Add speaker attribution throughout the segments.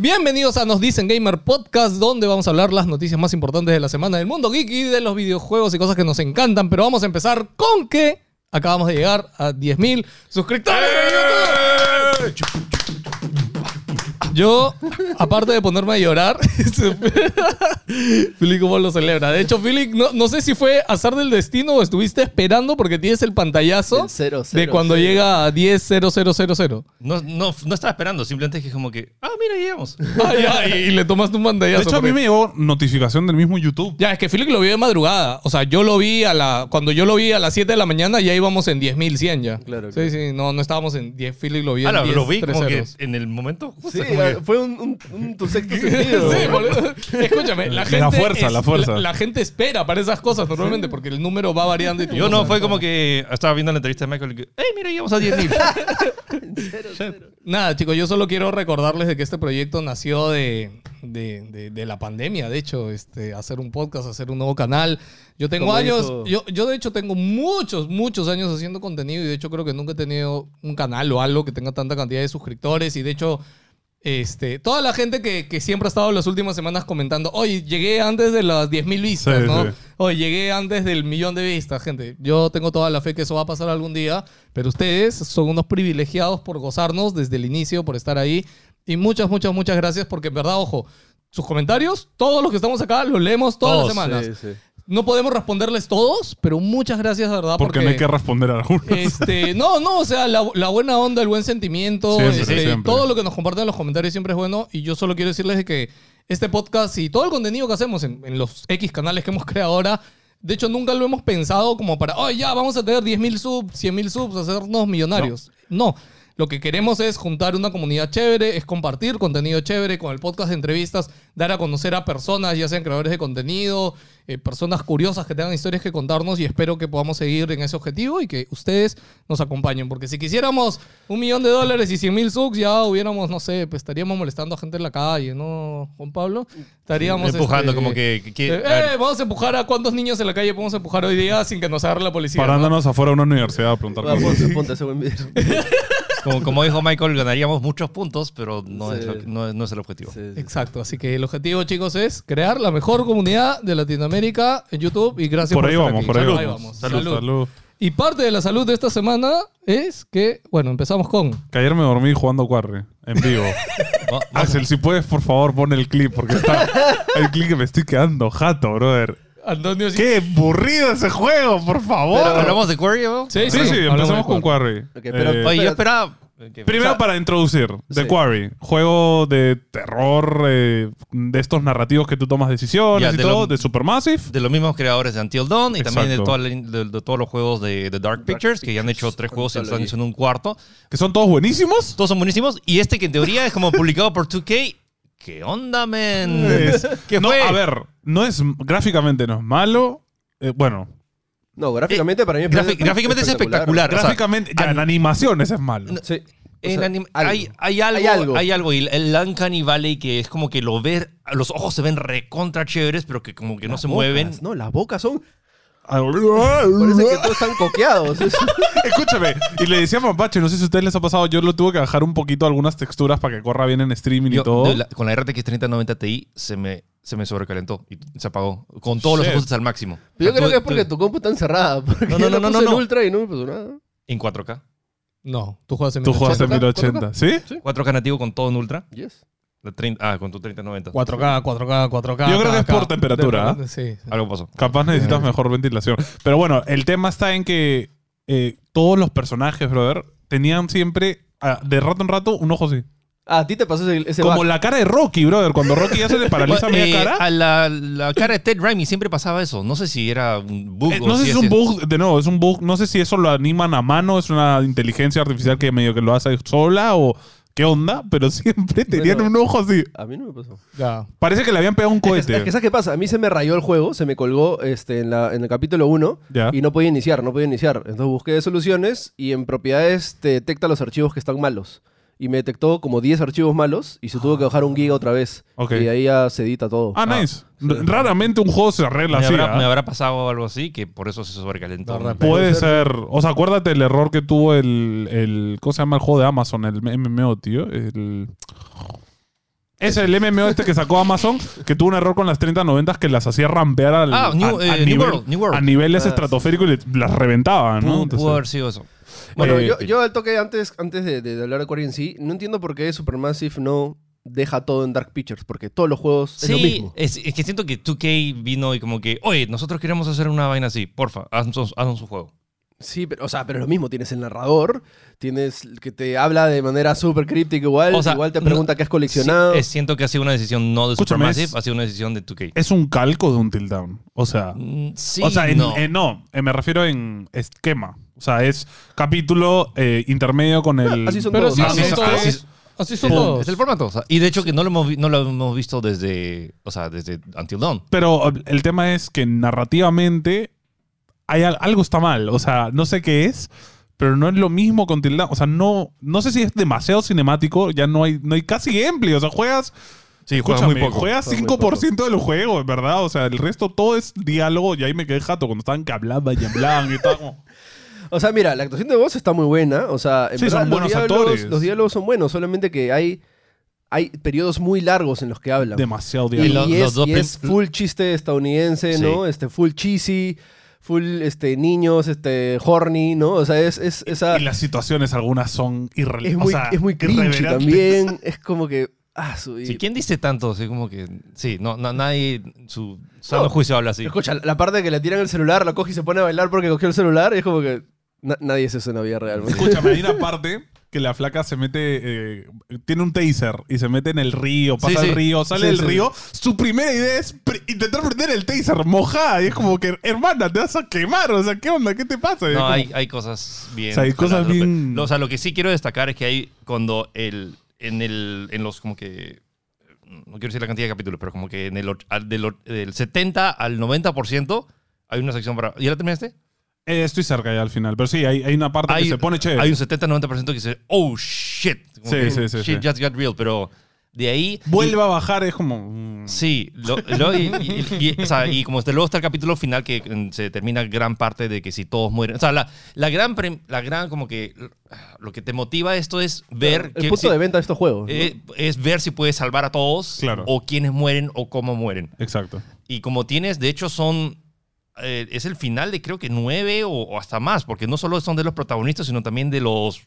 Speaker 1: Bienvenidos a Nos Dicen Gamer Podcast, donde vamos a hablar las noticias más importantes de la semana del mundo geek y de los videojuegos y cosas que nos encantan. Pero vamos a empezar con que acabamos de llegar a 10.000 suscriptores. en YouTube. Yo, aparte de ponerme a llorar, Philip, ¿cómo lo celebra? De hecho, Philip, no, no sé si fue azar del destino o estuviste esperando porque tienes el pantallazo
Speaker 2: El cero,
Speaker 1: de
Speaker 2: cero,
Speaker 1: cuando
Speaker 2: cero.
Speaker 1: llega a 10.0000.
Speaker 3: No, no, no estaba esperando, simplemente es que como que, ah, mira, llegamos.
Speaker 1: Ah, ya, y, y le tomaste un pantallazo.
Speaker 4: De hecho, a
Speaker 1: por
Speaker 4: mí
Speaker 1: eso.
Speaker 4: me llegó notificación del mismo YouTube.
Speaker 1: Ya, es que Philip lo vio de madrugada. O sea, yo lo vi a la. Cuando yo lo vi a las 7 de la mañana, ya íbamos en 10.100 ya.
Speaker 2: Claro,
Speaker 1: Sí, sí, no, no estábamos en 10. Philip lo vio
Speaker 3: Ah,
Speaker 1: en
Speaker 3: lo,
Speaker 1: 10.
Speaker 3: lo vi como que
Speaker 1: 3-0.
Speaker 3: en el momento justo.
Speaker 2: Sí, ah,
Speaker 3: como que-
Speaker 2: fue un, un- un- tu sexto
Speaker 1: Sí,
Speaker 2: sentido.
Speaker 1: boludo. Escúchame, la
Speaker 4: La
Speaker 1: gente.
Speaker 4: fuerza, la fuerza.
Speaker 1: La, la gente espera para esas cosas normalmente porque el número va variando y tú
Speaker 3: yo
Speaker 1: sabes
Speaker 3: no, fue
Speaker 1: cómo.
Speaker 3: como que estaba viendo la entrevista de Michael y que, hey, mira, llegamos a 10.000.
Speaker 1: Nada, chicos, yo solo quiero recordarles de que este proyecto nació de, de- de- de la pandemia, de hecho, este, hacer un podcast, hacer un nuevo canal. Yo tengo
Speaker 2: Como
Speaker 1: años,
Speaker 2: dijo-
Speaker 1: yo, yo de hecho tengo muchos, muchos años haciendo contenido y de hecho creo que nunca he tenido un canal o algo que tenga tanta cantidad de suscriptores y de hecho... Este, toda la gente que, que siempre ha estado las últimas semanas comentando, oye, llegué antes de las 10.000 vistas,
Speaker 4: Sí,
Speaker 1: ¿no?
Speaker 4: sí.
Speaker 1: Oye, llegué antes del millón de vistas, gente. Yo tengo toda la fe que eso va a pasar algún día, pero ustedes son unos privilegiados por gozarnos desde el inicio, por estar ahí. Y muchas, muchas, muchas gracias porque, en verdad, ojo, sus comentarios, todos los que estamos acá, los leemos todas
Speaker 3: Todos,
Speaker 1: las semanas.
Speaker 2: Sí, sí.
Speaker 1: No podemos responderles todos, pero muchas gracias, de verdad.
Speaker 4: Porque, no hay que responder a algunos.
Speaker 1: Este, no, no, o sea, la, la buena onda, el buen sentimiento,
Speaker 4: Siempre,
Speaker 1: este,
Speaker 4: siempre.
Speaker 1: todo lo que nos comparten en los comentarios siempre es bueno. Y yo solo quiero decirles de que este podcast y todo el contenido que hacemos en, en los X canales que hemos creado ahora, de hecho, nunca lo hemos pensado como para, oh, ya, vamos a tener 10.000 subs, 100.000 subs, hacernos millonarios. no. Lo que queremos es juntar una comunidad chévere, es compartir contenido chévere con el podcast de entrevistas, dar a conocer a personas, ya sean creadores de contenido, eh, personas curiosas que tengan historias que contarnos y espero que podamos seguir en ese objetivo y que ustedes nos acompañen. Porque si quisiéramos un millón de dólares y 100 mil subs, ya hubiéramos, no sé, pues, estaríamos molestando a gente en la calle, ¿no, Juan Pablo? Estaríamos...
Speaker 3: empujando
Speaker 1: este,
Speaker 3: como que... que- que-
Speaker 1: eh,
Speaker 3: a ver,
Speaker 1: eh, vamos a empujar a cuántos niños en la calle podemos empujar hoy día sin que nos agarre la policía. ¿no?
Speaker 4: Parándonos afuera de una universidad a preguntar
Speaker 2: Va,
Speaker 4: cosas.
Speaker 2: ponte, ponte ese buen video.
Speaker 3: como, como dijo Michael, ganaríamos muchos puntos, pero no,
Speaker 2: Sí.
Speaker 3: es, lo que- no, es- no es el objetivo.
Speaker 2: Sí, sí.
Speaker 1: Exacto, así que el objetivo, chicos, es crear la mejor comunidad de Latinoamérica en YouTube y gracias
Speaker 4: Por ahí
Speaker 1: estar
Speaker 4: vamos,
Speaker 1: aquí.
Speaker 4: por ahí
Speaker 1: Salud.
Speaker 4: vamos.
Speaker 1: Salud.
Speaker 4: Salud, salud.
Speaker 1: Y parte de la salud de esta semana es que, bueno, empezamos con
Speaker 4: Que ayer me dormí jugando Quarry en vivo.
Speaker 3: Va- va-
Speaker 4: Axel, si puedes, por favor, pon el clip porque está el clip que me estoy quedando jato, brother.
Speaker 1: Antonio.
Speaker 4: Qué aburrido ese juego, por favor.
Speaker 3: Oh, ¿Hablamos de Quarry, bro?
Speaker 4: sí, sí,
Speaker 1: hablamos de
Speaker 4: empezamos con
Speaker 1: Quark.
Speaker 4: Quarry.
Speaker 2: Ok, pero-
Speaker 4: Eh,
Speaker 3: Oye, yo
Speaker 2: Espérate.
Speaker 3: esperaba...
Speaker 4: Primero para introducir, The
Speaker 2: Sí.
Speaker 4: Quarry, juego de terror, eh, de estos narrativos que tú tomas decisiones
Speaker 3: Ya,
Speaker 4: y
Speaker 3: de
Speaker 4: todo,
Speaker 3: lo-
Speaker 4: de Supermassive.
Speaker 3: De los mismos creadores de Until Dawn y también de,
Speaker 4: Exacto.
Speaker 3: toda la in- de- de todos los juegos de, de Dark Pictures, que ya han hecho tres juegos y están en un cuarto.
Speaker 4: Que son todos buenísimos.
Speaker 3: Todos son buenísimos. Y este que en teoría es como publicado por 2K. ¿Qué onda, men?
Speaker 4: Es-
Speaker 3: ¿Qué
Speaker 4: no,
Speaker 3: fue?
Speaker 4: a ver, no es gráficamente no es malo. Eh, bueno,
Speaker 2: No, gráficamente para mí me
Speaker 3: Grafi-
Speaker 2: parece
Speaker 3: gráficamente es espectacular. o sea,
Speaker 4: gráficamente, ya, en animaciones es malo.
Speaker 3: No,
Speaker 2: Sí. O
Speaker 3: en
Speaker 2: sea,
Speaker 3: anim-
Speaker 2: algo.
Speaker 3: hay, hay algo,
Speaker 2: Hay
Speaker 3: hay
Speaker 2: algo.
Speaker 3: algo. Y el Uncanny Valley que es como que lo ver, los ojos se ven recontra chéveres, pero que como que no
Speaker 2: Las
Speaker 3: se mueven.
Speaker 2: bocas, No, las bocas son. Parece que todos están coqueados. Es-
Speaker 4: Escúchame, y le decía a Mapache, no sé si a ustedes les ha pasado, yo lo tuve que bajar un poquito algunas texturas para que corra bien en streaming
Speaker 3: Yo,
Speaker 4: y todo.
Speaker 3: de la- con la RTX 3090 Ti se me, se me sobrecalentó y se apagó. Con todos los
Speaker 4: Shit.
Speaker 3: ajustes al máximo.
Speaker 2: Yo
Speaker 3: O sea,
Speaker 2: creo
Speaker 3: tuve-
Speaker 2: que es porque
Speaker 3: tuve-
Speaker 2: tu compu está encerrada. Porque
Speaker 3: No, no,
Speaker 2: yo
Speaker 3: no,
Speaker 2: la
Speaker 3: no,
Speaker 2: puse
Speaker 3: no,
Speaker 2: en
Speaker 3: no.
Speaker 2: ultra y no me pasó nada.
Speaker 3: En 4K.
Speaker 1: No, tú juegas en
Speaker 4: Tú jugaste en 1080,
Speaker 2: 1080,
Speaker 4: ¿sí?
Speaker 3: 4K nativo con todo en ultra.
Speaker 2: Yes.
Speaker 3: La 30 ah, con tu 3090.
Speaker 1: 4K, 4K, 4K.
Speaker 4: Yo creo que es por temperatura, ¿ah?
Speaker 1: De- Sí. sí.
Speaker 3: Algo pasó.
Speaker 4: Capaz
Speaker 3: Eh.
Speaker 4: necesitas mejor ventilación. Pero bueno, el tema está en que eh, todos los personajes, brother, tenían siempre, ah, de rato en rato, un ojo así.
Speaker 2: Ah, a ti te pasó ese, ese
Speaker 4: Como
Speaker 2: bug.
Speaker 4: la cara de Rocky, brother. Cuando Rocky ya se le paraliza
Speaker 3: Bueno,
Speaker 4: media
Speaker 3: eh,
Speaker 4: cara.
Speaker 3: A la, la cara de Ted Raimi siempre pasaba eso. No sé si era un bug.
Speaker 4: Eh,
Speaker 3: o
Speaker 4: no sé si es un
Speaker 3: hacía-
Speaker 4: bug, de nuevo, es un bug. No sé si eso lo animan a mano, es una inteligencia artificial que medio que lo hace sola o qué onda, pero siempre tenían
Speaker 2: Bueno.
Speaker 4: un ojo así.
Speaker 2: A mí no me pasó.
Speaker 1: Ya.
Speaker 4: Parece que le habían pegado un
Speaker 2: Es
Speaker 4: cohete.
Speaker 2: que, es que ¿sabes qué pasa? A mí se me rayó el juego, se me colgó este, en, la- en el capítulo 1
Speaker 4: Ya.
Speaker 2: y no podía iniciar, no podía iniciar. Entonces busqué soluciones y en propiedades te detecta los archivos que están malos. Y me detectó como 10 archivos malos y se tuvo que bajar un giga otra vez.
Speaker 4: Ok.
Speaker 2: Y de ahí ya se edita todo.
Speaker 4: Ah, nice. R- Raramente un juego se
Speaker 3: Me
Speaker 4: arregla así.
Speaker 3: habrá,
Speaker 4: ¿ah?
Speaker 3: me habrá pasado algo así que por eso se sobrecalentó.
Speaker 1: No, rápido.
Speaker 4: Puede
Speaker 2: Puede
Speaker 4: ser. O sea, acuérdate el error que tuvo el, el. ¿Cómo se llama el juego de Amazon? El MMO, tío. El. Es el MMO este que sacó Amazon, que tuvo un error con las 3090 que las hacía rampear al,
Speaker 3: Ah, New-
Speaker 4: a, a
Speaker 3: eh, New
Speaker 4: nivel-
Speaker 3: World, New World.
Speaker 4: a niveles
Speaker 2: Ah,
Speaker 4: estratosféricos y le- las reventaba, ¿no?
Speaker 3: Pudo-
Speaker 4: Entonces,
Speaker 3: pudo haber sido eso.
Speaker 2: Bueno,
Speaker 4: Eh,
Speaker 2: yo, yo al toque antes, antes de, de hablar de Quarry en sí, no entiendo por qué Supermassive no deja todo en Dark Pictures, porque todos los juegos es lo
Speaker 3: Sí,
Speaker 2: mismo.
Speaker 3: es, es que siento que 2K vino y como que, oye, nosotros queremos hacer una vaina así, porfa, haznos, haznos un juego.
Speaker 2: Sí, pero, o sea, pero es lo mismo. Tienes el narrador, tienes el que te habla de manera súper críptica igual,
Speaker 3: O sea,
Speaker 2: igual te pregunta qué has coleccionado.
Speaker 3: Sí, eh, siento que ha sido una decisión no de
Speaker 4: Escúchame,
Speaker 3: Supermassive,
Speaker 4: es-
Speaker 3: ha sido una decisión de 2K.
Speaker 4: es un calco de un Tildown. O sea,
Speaker 3: Mm, Sí,
Speaker 4: o sea, en- en-
Speaker 3: no.
Speaker 4: no, eh, me refiero en esquema. O sea, es capítulo eh, intermedio con el.
Speaker 2: así son
Speaker 1: Pero
Speaker 2: todos.
Speaker 1: así
Speaker 4: Ah, sí,
Speaker 1: son
Speaker 4: sí,
Speaker 1: todos.
Speaker 4: sí.
Speaker 1: Así
Speaker 3: Es el-
Speaker 1: son todos.
Speaker 3: Es el formato. o sea, y de hecho que no lo, hemos, vi- no lo hemos visto desde, o sea, desde Until Dawn.
Speaker 4: Pero eh, el tema es que narrativamente hay al- algo está mal. O sea, no sé qué es, pero no es lo mismo con Tilda. O sea, no, no sé si es demasiado cinemático. Ya no hay, no hay casi gameplay. O sea, juegas.
Speaker 3: Sí,
Speaker 4: escúchame, Juegas
Speaker 2: Juegas muy
Speaker 4: 5% del juego, ¿verdad? O sea, el resto todo es diálogo. Y ahí me quedé jato cuando estaban que hablaban y hablaban y estaba como.
Speaker 2: O sea, mira, la actuación de voz está muy buena. O sea, en
Speaker 4: Sí,
Speaker 2: verdad,
Speaker 4: son
Speaker 2: los
Speaker 4: buenos
Speaker 2: diálogos-
Speaker 4: actores.
Speaker 2: Los diálogos son buenos, solamente que hay, hay periodos muy largos en los que hablan.
Speaker 4: Demasiado
Speaker 2: Y,
Speaker 4: diálogo.
Speaker 3: lo-
Speaker 2: y
Speaker 3: los
Speaker 2: es,
Speaker 3: dos
Speaker 2: y
Speaker 3: prim-
Speaker 2: es full chiste estadounidense,
Speaker 3: Sí.
Speaker 2: ¿no? Este, full cheesy, full este, niños, este, horny, ¿no? O sea, es, es esa.
Speaker 4: Y las situaciones algunas son irrelevantes.
Speaker 2: es, muy, es muy cringy también. Es como que. Ah, su, y-
Speaker 3: Sí, ¿Quién dice tanto? Así como que, sí, no, na- nadie, su sano
Speaker 2: No.
Speaker 3: juicio habla así.
Speaker 2: Escucha, la parte que le tiran el celular, la coge y se pone a bailar porque cogió el celular, y es como que. na- nadie es eso en la vida real. man.
Speaker 4: Escúchame, hay una parte que la flaca se mete, eh, tiene un taser y se mete en el río, pasa
Speaker 3: Sí, sí.
Speaker 4: el río, sale
Speaker 2: Sí,
Speaker 4: del
Speaker 2: sí.
Speaker 4: río. Su primera idea es pre- intentar prender el taser mojada. Y es como que, hermana, te vas a quemar. O sea, ¿qué onda? ¿Qué te pasa? Y es
Speaker 3: No,
Speaker 4: como-
Speaker 3: hay, hay cosas bien.
Speaker 4: O sea, hay cosas
Speaker 3: jaladas,
Speaker 4: bien-
Speaker 3: pero- O sea, lo que sí quiero destacar es que hay cuando el. En el. En los como que. No quiero decir la cantidad de capítulos, pero como que en el, och- al- del, och- del 70 al 90% hay una sección para. ¿Ya la terminaste?
Speaker 4: Eh, estoy cerca ya al final, pero sí, hay, hay una parte
Speaker 3: Hay,
Speaker 4: que se pone chévere.
Speaker 3: hay un 70-90% que dice, oh shit. Como
Speaker 4: Sí,
Speaker 3: que,
Speaker 4: sí, sí,
Speaker 3: Shit
Speaker 4: sí.
Speaker 3: just got real, pero de ahí.
Speaker 4: Vuelve a bajar, es como. mm,
Speaker 3: Sí, lo- lo- y, y- y- o sea, y como este, luego está el capítulo final que mm, se termina gran parte de que si todos mueren. O sea, la, la gran, pre- la gran como que lo que te motiva esto es ver
Speaker 2: El
Speaker 3: que
Speaker 2: punto
Speaker 3: si-
Speaker 2: de venta de estos juegos. ¿no?
Speaker 3: eh, es ver si puedes salvar a todos
Speaker 4: Claro.
Speaker 3: o quienes mueren o cómo mueren.
Speaker 4: Exacto.
Speaker 3: Y como tienes, de hecho son eh, es el final de creo que nueve o, o hasta más, porque no solo son de los protagonistas, sino también de los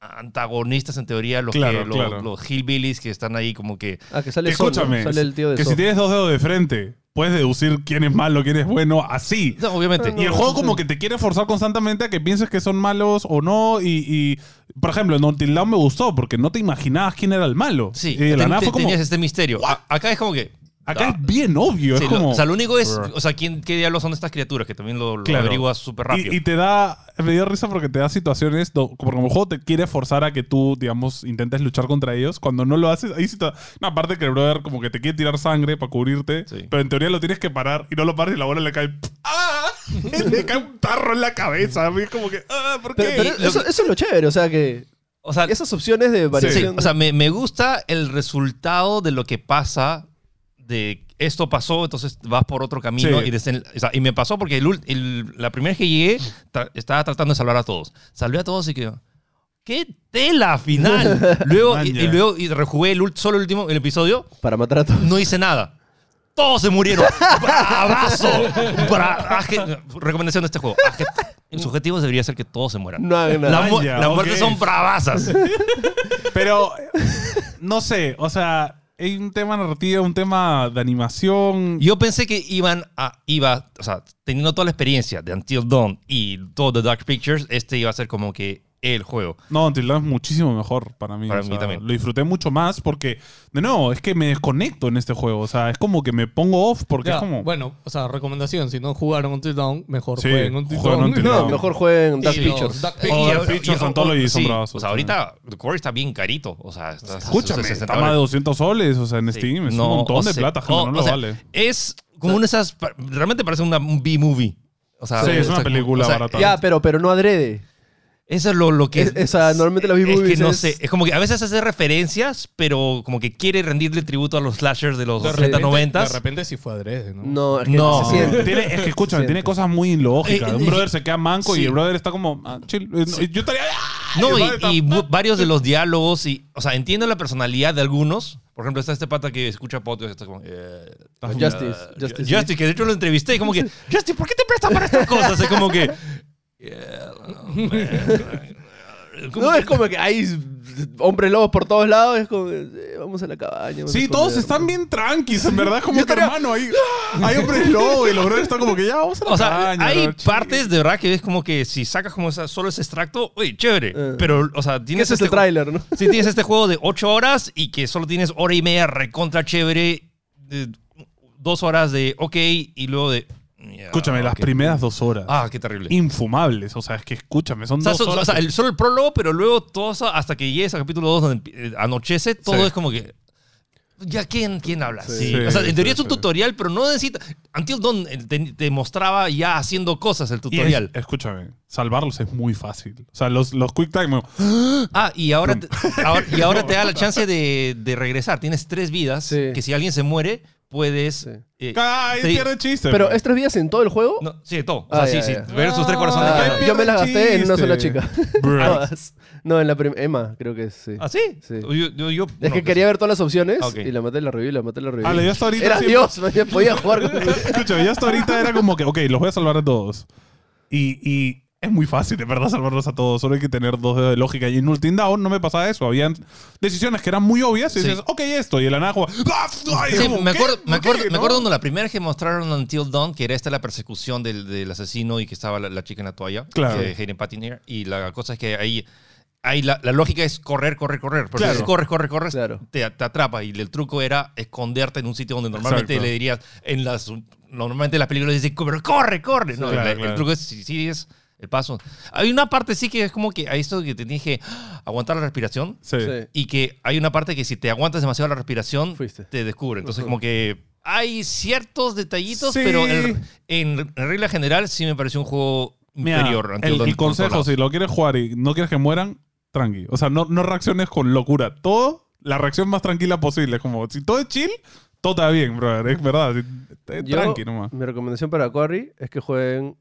Speaker 3: antagonistas en teoría, los, que-
Speaker 4: Claro,
Speaker 3: los,
Speaker 4: claro.
Speaker 3: los hillbillies que están ahí como que
Speaker 2: Ah, que sale,
Speaker 4: Que
Speaker 2: Son, ¿no?
Speaker 4: escúchame,
Speaker 2: sale el tío de
Speaker 4: que
Speaker 2: Son.
Speaker 4: si tienes dos dedos de frente, puedes deducir quién es malo, quién es bueno, así.
Speaker 3: No, obviamente.
Speaker 4: Y el juego como que te quiere forzar constantemente a que pienses que son malos o no. Y, y, por ejemplo, en Until Dawn me gustó porque no te imaginabas quién era el malo.
Speaker 3: Sí,
Speaker 4: Y de la
Speaker 3: ten-
Speaker 4: nada
Speaker 3: ten-
Speaker 4: fue como...
Speaker 3: tenías este misterio. A- acá es como que.
Speaker 4: Acá
Speaker 3: ah,
Speaker 4: es bien obvio.
Speaker 3: sí,
Speaker 4: es
Speaker 3: lo-
Speaker 4: como...
Speaker 3: o sea, lo único es.
Speaker 4: Brr.
Speaker 3: O sea, ¿quién, ¿qué diablos son estas criaturas? Que también lo, lo
Speaker 4: Claro.
Speaker 3: averiguas súper rápido.
Speaker 4: Y, y te da, me dio risa porque te da situaciones, do- como, como el juego te quiere forzar a que tú, digamos, intentes luchar contra ellos. Cuando no lo haces, ahí sí te- No, aparte que el brother como que te quiere tirar sangre para cubrirte,
Speaker 3: Sí.
Speaker 4: pero en teoría lo tienes que parar y no lo paras y la bola le cae... ¡Ah! le cae un tarro en la cabeza. A mí es como que... ¡Ah! ¿Por qué?
Speaker 2: Pero, pero
Speaker 3: y lo
Speaker 2: eso,
Speaker 3: que-
Speaker 2: eso es lo chévere, o sea que.
Speaker 3: o sea,
Speaker 2: Esas opciones de
Speaker 3: sí,
Speaker 2: variación.
Speaker 3: o sea me, me gusta el resultado de lo que pasa. De esto pasó, entonces vas por otro camino.
Speaker 4: Sí.
Speaker 3: Y, desen- o sea, y me pasó porque el ul- el- la primera vez que llegué tra- estaba tratando de salvar a todos. Salvé a todos y que. ¡Qué tela final! Luego, y,
Speaker 4: Maña.
Speaker 3: y luego y rejugué el ul- solo el último el episodio.
Speaker 2: para matar a todos.
Speaker 3: no hice nada. Todos se murieron. ¡Bravazo! Bra- haz que- recomendación de este juego. haz que- Su objetivo debería ser que todos se mueran.
Speaker 2: No hagan nada.
Speaker 3: Las mu-
Speaker 4: Vaya,
Speaker 3: las
Speaker 4: ok.
Speaker 3: muertes son bravazas.
Speaker 4: Pero, no sé, o sea, hay un tema narrativo, un tema de animación.
Speaker 3: Yo pensé que iban a. Iba, o sea, teniendo toda la experiencia de Until Dawn y todo The Dark Pictures, este iba a ser como que el juego.
Speaker 4: No, Until Dawn es muchísimo mejor para mí.
Speaker 3: Para
Speaker 4: o
Speaker 3: mí
Speaker 4: sea,
Speaker 3: también.
Speaker 4: Lo disfruté mucho más porque, de nuevo, es que me desconecto en este juego. O sea, es como que me pongo off porque
Speaker 1: Ya,
Speaker 4: es como...
Speaker 1: Bueno, o sea, recomendación. Si no jugaron Until Dawn, mejor
Speaker 4: Sí,
Speaker 1: jueguen Until
Speaker 4: jueguen
Speaker 1: Dawn.
Speaker 4: Until
Speaker 2: No,
Speaker 4: No.
Speaker 2: mejor jueguen Dark
Speaker 3: Y los
Speaker 2: Pictures.
Speaker 1: Dark
Speaker 3: Y-
Speaker 1: Pictures.
Speaker 3: y-
Speaker 4: Oh, Dark Pictures,
Speaker 3: y-
Speaker 4: Anthology son
Speaker 3: sí,
Speaker 4: bravazos
Speaker 3: O sea, ahorita The Core está bien carito. O sea, está-
Speaker 4: Escúchame,
Speaker 3: 60
Speaker 4: está más de
Speaker 3: dólares.
Speaker 4: 200 soles, o sea, en
Speaker 3: Sí.
Speaker 4: Steam. Es
Speaker 3: No,
Speaker 4: un montón
Speaker 3: o
Speaker 4: de
Speaker 3: sea,
Speaker 4: plata, gente,
Speaker 3: o- o
Speaker 4: no lo
Speaker 3: sea,
Speaker 4: vale.
Speaker 3: Es como una de esas. pa- Realmente parece una un B-movie. O sea,
Speaker 4: Sí, es
Speaker 3: o sea,
Speaker 4: una película
Speaker 3: o sea,
Speaker 4: barata.
Speaker 2: Ya, pero, pero no adrede.
Speaker 3: Eso es lo, lo que.
Speaker 2: Es- o sea, normalmente los
Speaker 3: es
Speaker 2: B-movies
Speaker 3: que no
Speaker 2: es-
Speaker 3: sé. Es como que a veces hace referencias, pero como que quiere rendirle tributo a los slashers de los
Speaker 1: De repente,
Speaker 3: 80, 90.
Speaker 1: de repente sí fue adrede, ¿no?
Speaker 2: No, es que
Speaker 3: No.
Speaker 2: se siente.
Speaker 4: Tiene- es que escúchame,
Speaker 2: Se
Speaker 4: tiene
Speaker 2: siente.
Speaker 4: cosas muy ilógicas.
Speaker 3: Eh,
Speaker 4: Un
Speaker 3: eh,
Speaker 4: brother se queda manco y
Speaker 3: sí.
Speaker 4: el brother está como. ah, chill. Eh, no, Yo estaría. ¡ah!
Speaker 3: No,
Speaker 4: el
Speaker 3: y,
Speaker 4: brother está-
Speaker 3: y bu- varios de los diálogos y. O sea, entiendo la personalidad de algunos. Por ejemplo, está este pata que escucha podcast. Está como, eh,
Speaker 2: Justice,
Speaker 3: ah,
Speaker 2: Justice,
Speaker 3: Ju- Justice, que de hecho lo entrevisté. y Como que, Justice, ¿por qué te prestas para estas cosas? Es como que. yeah, man.
Speaker 2: No, es como que hay hombres lobos por todos lados. Es como, eh, vamos a la cabaña. vamos a
Speaker 4: Sí,
Speaker 2: escondernos.
Speaker 4: todos están bien tranquis, en verdad, como
Speaker 2: Yo
Speaker 4: que
Speaker 2: creo-
Speaker 4: hermano, hay, hay hombres lobo y los brothers están como que ya, vamos a la
Speaker 3: O sea,
Speaker 4: cabaña,
Speaker 3: hay
Speaker 4: bro, chill.
Speaker 3: partes de verdad que es como que si sacas como esa, solo ese extracto, uy, chévere.
Speaker 2: Eh.
Speaker 3: Pero, o sea,
Speaker 2: Que
Speaker 3: tienes
Speaker 2: Ese es el
Speaker 3: este,
Speaker 2: tráiler, ¿no?
Speaker 3: si tienes este juego de 8 horas y que solo tienes hora y media recontra chévere, de dos horas de ok y luego de. yeah,
Speaker 4: Escúchame, las
Speaker 3: ok.
Speaker 4: primeras dos horas.
Speaker 3: Ah, qué terrible.
Speaker 4: Infumables, o sea, es que escúchame, son
Speaker 3: O sea,
Speaker 4: dos
Speaker 3: so- so-
Speaker 4: horas.
Speaker 3: o sea, el- solo el prólogo, pero luego todo eso, hasta que llegues al capítulo 2 donde empi- eh, anochece, todo
Speaker 4: Sí.
Speaker 3: es como que. ¿Ya quién, quién habla?
Speaker 2: Sí.
Speaker 3: Sí. O sea,
Speaker 4: Sí,
Speaker 3: en teoría es
Speaker 4: sí,
Speaker 3: un
Speaker 4: sí.
Speaker 3: tutorial, pero no necesita. Until Dawn eh, te, te mostraba ya haciendo cosas el
Speaker 4: Y es-
Speaker 3: tutorial.
Speaker 4: escúchame, salvarlos es muy fácil. O sea, los, los quick time,
Speaker 3: ah, y ahora, te, ahora- y ahora te da la chance de, de regresar. Tienes tres vidas
Speaker 2: Sí.
Speaker 3: que si alguien se muere, puedes.
Speaker 2: Sí.
Speaker 3: eh,
Speaker 4: ¡ay,
Speaker 3: Sí.
Speaker 4: pierde chiste!
Speaker 2: Pero
Speaker 4: bro.
Speaker 2: es tres días en todo el juego.
Speaker 3: no, sí, todo. O sea,
Speaker 2: Ah,
Speaker 3: sí,
Speaker 2: ya,
Speaker 3: sí.
Speaker 2: ya.
Speaker 3: Ver sus tres corazones.
Speaker 4: Ah,
Speaker 3: de
Speaker 2: Ah,
Speaker 3: piedra.
Speaker 4: ya.
Speaker 2: yo me las gasté en una
Speaker 4: chiste.
Speaker 2: sola chica.
Speaker 4: Bro.
Speaker 2: Todas. No, en la primera. Emma, creo que es, sí.
Speaker 3: ¿Ah, sí?
Speaker 2: Sí.
Speaker 3: Yo- yo- yo-
Speaker 2: Es
Speaker 3: no,
Speaker 2: que quería ver todas las opciones
Speaker 3: Ah, ok.
Speaker 2: y la maté, la reví, la maté, la reví.
Speaker 4: Ah, le dio hasta ahorita.
Speaker 2: Era
Speaker 4: sí.
Speaker 2: Dios, no podía jugar con
Speaker 4: Escúchame, yo hasta ahorita era como que, ok, los voy a salvar a todos. Y, y es muy fácil, de verdad, salvarlos a todos. Solo hay que tener dos dedos de lógica. Y en Ultim Down no me pasaba eso. Habían decisiones que eran muy obvias y
Speaker 3: Sí.
Speaker 4: dices, ok, esto. Y el anajo.
Speaker 3: Sí, me acuerdo, me, acuerdo, me acuerdo cuando la primera que mostraron Until Dawn, que era esta la persecución del, del asesino y que estaba la, la chica en la toalla,
Speaker 4: Claro.
Speaker 3: que- Hayden Patinier, y la cosa es que ahí, ahí la, la lógica es correr, correr, correr, porque
Speaker 4: Claro.
Speaker 3: si corres, corres, corres,
Speaker 2: Claro.
Speaker 3: te, te atrapa, y el truco era esconderte en un sitio donde normalmente
Speaker 4: Exacto.
Speaker 3: le dirías, en las, normalmente en las películas dicen, pero corre, corre, no,
Speaker 4: Claro,
Speaker 3: la-
Speaker 4: claro.
Speaker 3: el truco es, si sigues el paso. Hay una parte sí que es como que a esto que te dije, "Ah, aguantar la respiración,
Speaker 4: Sí.
Speaker 2: Sí.
Speaker 3: y que hay una parte que si te aguantas demasiado la respiración,
Speaker 2: Fuiste.
Speaker 3: te descubre. Entonces,
Speaker 2: Ujú.
Speaker 3: como que hay ciertos detallitos,
Speaker 4: Sí.
Speaker 3: pero en, en regla general sí me pareció un juego
Speaker 4: Mira,
Speaker 3: inferior. ante
Speaker 4: el,
Speaker 3: Dawn
Speaker 4: el consejo,
Speaker 3: Control.
Speaker 4: si lo quieres jugar y no quieres que mueran, tranqui. O sea, no, no reacciones con locura. Todo, la reacción más tranquila posible. Es como, si todo es chill, todo está bien, brother. Es verdad. Si- eh,
Speaker 2: Yo-
Speaker 4: tranqui nomás.
Speaker 2: Mi recomendación para Quarry es que jueguen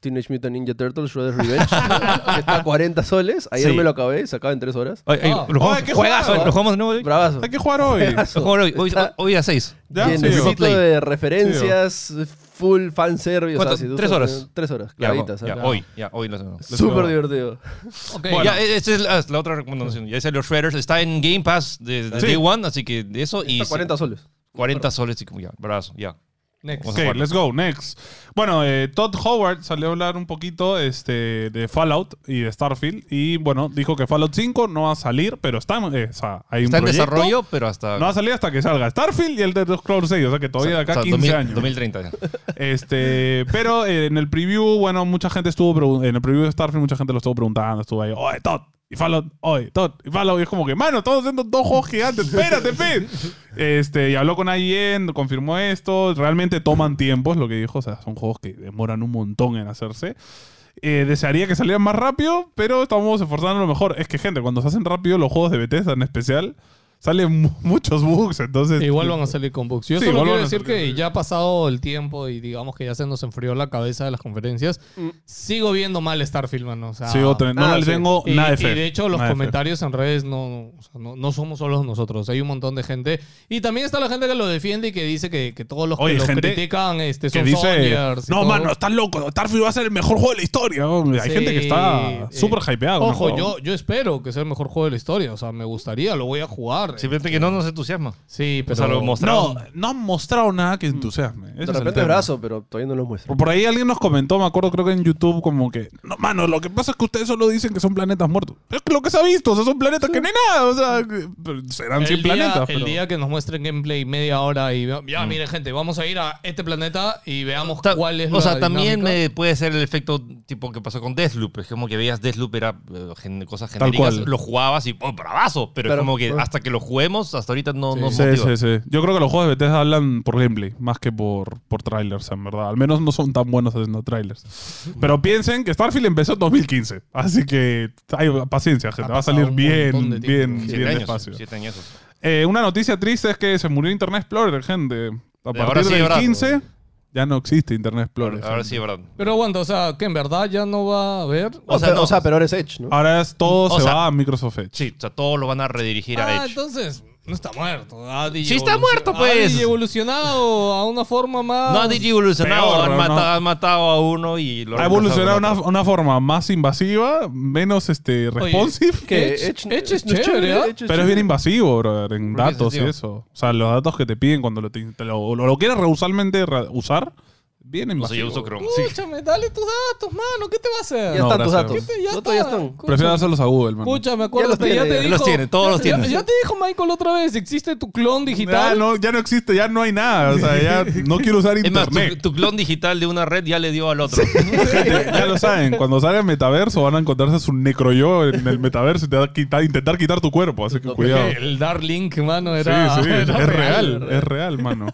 Speaker 2: Teenage Mutant Ninja Turtles Shredder's Revenge. que está a 40 soles. Ayer
Speaker 3: Sí.
Speaker 2: me lo acabé, se acaba en 3 horas.
Speaker 3: Ay, ay,
Speaker 1: Ah.
Speaker 3: ¿lo jugamos-
Speaker 4: Ay, qué
Speaker 3: juegazo,
Speaker 4: juego.
Speaker 3: ¿Lo jugamos de nuevo hoy?
Speaker 2: Bravazo.
Speaker 4: Hay que jugar hoy.
Speaker 3: Lo jugamos hoy, hoy,
Speaker 2: Está
Speaker 3: hoy a 6.
Speaker 4: Ya, sí,
Speaker 2: Llenecito
Speaker 4: yo-
Speaker 3: Play.
Speaker 2: de referencias, full fanservice.
Speaker 3: ¿Cuánto?
Speaker 2: O sea, si tú
Speaker 3: ¿Tres
Speaker 2: sabes-
Speaker 3: horas?
Speaker 2: Tres horas,
Speaker 3: Ya,
Speaker 2: claritas.
Speaker 3: ya,
Speaker 2: ¿eh?
Speaker 3: hoy, ya, hoy lo hacemos.
Speaker 2: Súper divertido.
Speaker 1: Ok.
Speaker 4: Bueno.
Speaker 3: Ya, e-, esa es la, la otra recomendación. Ya salió Shredders. Está en Game Pass desde
Speaker 4: Sí.
Speaker 3: Day One, así que de eso. Y
Speaker 2: Está a 40 soles.
Speaker 3: 40 soles y como ya, brazo, ya.
Speaker 1: Next.
Speaker 3: Vamos a
Speaker 4: Ok,
Speaker 3: jugar.
Speaker 4: let's go, next. Bueno, eh, Todd Howard salió a hablar un poquito este, de Fallout y de Starfield. Y bueno, dijo que Fallout 5 no va a salir, pero está, en- eh, o sea, hay un
Speaker 3: Está en
Speaker 4: proyecto.
Speaker 3: desarrollo, pero hasta.
Speaker 4: No va a salir hasta que salga Starfield y el Dead Scrolls 6, o sea que todavía de acá
Speaker 3: o sea,
Speaker 4: 15
Speaker 3: 2000
Speaker 4: años.
Speaker 3: 2030 ya.
Speaker 4: Este, pero eh, en el preview, bueno, mucha gente estuvo pregun- en el preview de Starfield, mucha gente lo estuvo preguntando, estuvo ahí, oye, Todd, y Fallout, oye, Todd, y Fallout, y es como que, mano, estamos haciendo dos juegos gigantes, espérate, fe. Este, y habló con IGN, confirmó esto, realmente toman tiempo, es lo que dijo, o sea, son juegos que demoran un montón en hacerse. Eh, desearía que salieran más rápido, pero estamos esforzando lo mejor. Es que, gente, cuando se hacen rápido los juegos de Bethesda en especial, salen mu- muchos bugs, entonces...
Speaker 1: Igual van a salir con bugs. Yo
Speaker 4: Sí,
Speaker 1: solo
Speaker 4: igual
Speaker 1: quiero
Speaker 4: van a
Speaker 1: decir
Speaker 4: salir,
Speaker 1: que
Speaker 4: sí.
Speaker 1: ya ha pasado el tiempo y digamos que ya se nos enfrió la cabeza de las conferencigas. Sigo viendo mal Starfield, mano. O sea,
Speaker 4: Sí, otra- no
Speaker 2: Ah,
Speaker 4: les
Speaker 2: sí.
Speaker 4: tengo
Speaker 1: Y,
Speaker 4: nada de
Speaker 1: y
Speaker 4: fe.
Speaker 1: de hecho los
Speaker 4: Nada de fe.
Speaker 1: comentarios en redes no, o sea, no, no somos solos nosotros, hay un montón de gente. Y también está la gente que lo defiende y que dice que, que todos los
Speaker 4: Oye,
Speaker 1: que lo
Speaker 4: gente
Speaker 1: critican este,
Speaker 4: que
Speaker 1: son
Speaker 4: dice,
Speaker 1: Sonyers y
Speaker 4: no,
Speaker 1: todo".
Speaker 4: mano, estás loco, Starfield va a ser el mejor juego de la historia. Hay
Speaker 1: Sí,
Speaker 4: gente que está
Speaker 1: eh,
Speaker 4: súper hypeada. con el
Speaker 1: Ojo,
Speaker 4: juego.
Speaker 1: yo, yo espero que sea el mejor juego de la historia. O sea, me gustaría, lo voy a jugar.
Speaker 3: Simplemente que no nos entusiasma.
Speaker 1: Sí, pero...
Speaker 3: o sea, lo mostraron.
Speaker 4: No, no han mostrado nada
Speaker 1: Mm.
Speaker 4: que entusiasme. Ese es
Speaker 2: De
Speaker 4: el
Speaker 2: repente
Speaker 4: tema.
Speaker 2: brazo, pero todavía no lo muestro.
Speaker 4: Por por ahí alguien nos comentó, me acuerdo, creo que en YouTube, como que, no, mano, lo que pasa es que ustedes solo dicen que son planetas muertos. Es que lo que se ha visto, o sea, son planetas que no hay nada, o sea, que- pero serán 100
Speaker 1: el día,
Speaker 4: planetas.
Speaker 1: el
Speaker 4: pero- Mm.
Speaker 1: día que nos muestren gameplay media hora y vea- ya, miren gente, vamos a ir a este planeta y veamos
Speaker 3: Ta-
Speaker 1: cuál es
Speaker 3: o
Speaker 1: la
Speaker 3: sea, también
Speaker 1: dinámica.
Speaker 3: me puede ser el efecto tipo que pasó con Deathloop. Es como que veías Deathloop era eh, gen- cosas genéricas,
Speaker 4: cual.
Speaker 3: lo jugabas y ¡oh, bravazo! Pero, es
Speaker 2: Pero,
Speaker 3: como que
Speaker 2: eh.
Speaker 3: hasta que lo juguemos, hasta ahorita no nos
Speaker 4: Sí,
Speaker 3: motiva.
Speaker 4: sí, sí. Yo creo que los juegos de Bethesda hablan por gameplay, más que por, por trailers, en verdad. Al menos no son tan buenos haciendo trailers. Pero piensen que Starfield empezó en 2015. Así que hay paciencia, gente.
Speaker 1: Ha
Speaker 4: Va a salir
Speaker 1: pasado un montón
Speaker 4: bien,
Speaker 1: de tiempo.
Speaker 4: bien,
Speaker 3: Siete
Speaker 4: bien
Speaker 3: años,
Speaker 4: despacio.
Speaker 3: siete añesos.
Speaker 4: Eh, una noticia triste es que se murió Internet Explorer, gente. A
Speaker 3: Ahora
Speaker 4: partir
Speaker 3: sí,
Speaker 4: del
Speaker 3: ¿verdad?
Speaker 4: 15 ya no existe Internet Explorer.
Speaker 3: Ahora
Speaker 4: gente.
Speaker 3: sí, ¿verdad?
Speaker 1: Pero aguanta, o sea, que en verdad ya no va a haber...
Speaker 3: O sea,
Speaker 2: pero-
Speaker 3: no.
Speaker 2: o
Speaker 4: Ah,
Speaker 2: sea, pero ahora es Edge, ¿no?
Speaker 4: Ahora es- todo
Speaker 3: O
Speaker 4: se
Speaker 3: sea-
Speaker 4: va a Microsoft Edge.
Speaker 3: Sí, o sea, todos lo van a redirigir a
Speaker 1: Ah,
Speaker 3: Edge.
Speaker 1: entonces... No está muerto. Ha
Speaker 3: Sí está muerto, pues.
Speaker 1: Ha evolucionado a una forma más.
Speaker 3: No ha evolucionado,
Speaker 4: Peor,
Speaker 3: han,
Speaker 4: ¿no?
Speaker 3: mata- han matado a uno y lo
Speaker 4: Ha
Speaker 3: han matado
Speaker 4: evolucionado una,
Speaker 3: a otro.
Speaker 4: una forma más invasiva, menos este, responsive,
Speaker 2: Que
Speaker 1: Edge-
Speaker 2: Edge-
Speaker 1: Edge es
Speaker 2: no
Speaker 1: chévere, ¿ah?
Speaker 2: Edge
Speaker 4: pero es bien invasivo, brother, en
Speaker 3: ¿Por qué
Speaker 4: datos y
Speaker 3: sentido?
Speaker 4: eso. O sea, los datos que te piden cuando lo, te- te lo, lo- lo quieres reusualmente re- usar, bien
Speaker 3: No sé, yo
Speaker 4: invasivo.
Speaker 3: uso Chrome. Sí.
Speaker 1: Escúchame, dale tus datos, mano. ¿Qué te va a hacer?
Speaker 2: Ya
Speaker 4: No,
Speaker 2: están tus
Speaker 4: gracias.
Speaker 2: datos.
Speaker 1: ¿Qué te- ya
Speaker 2: No, todavía
Speaker 1: está.
Speaker 2: están.
Speaker 4: Prefiero dárselos a Google, man.
Speaker 1: Escúchame, acuérdate, este,
Speaker 2: tiene,
Speaker 1: ya,
Speaker 2: ya
Speaker 1: te dijo.
Speaker 3: los tiene, todos
Speaker 1: ya-
Speaker 3: los tiene.
Speaker 1: Ya, ya te dijo Michael otra vez, existe tu clon
Speaker 4: Ya
Speaker 1: digital.
Speaker 4: no, ya no existe, ya no hay nada. O sea, ya no quiero usar
Speaker 3: Es más, tu,
Speaker 4: internet.
Speaker 3: tu clon digital de una red ya le dio al otro.
Speaker 4: Gente, ya lo saben, cuando salga el metaverso van a encontrarse a su necroyo en el metaverso y te va a quitar- intentar quitar tu cuerpo, así que cuidado.
Speaker 1: El Darlink, mano,
Speaker 4: Sí,
Speaker 1: era.
Speaker 4: sí, es
Speaker 1: era
Speaker 4: real, es real, mano.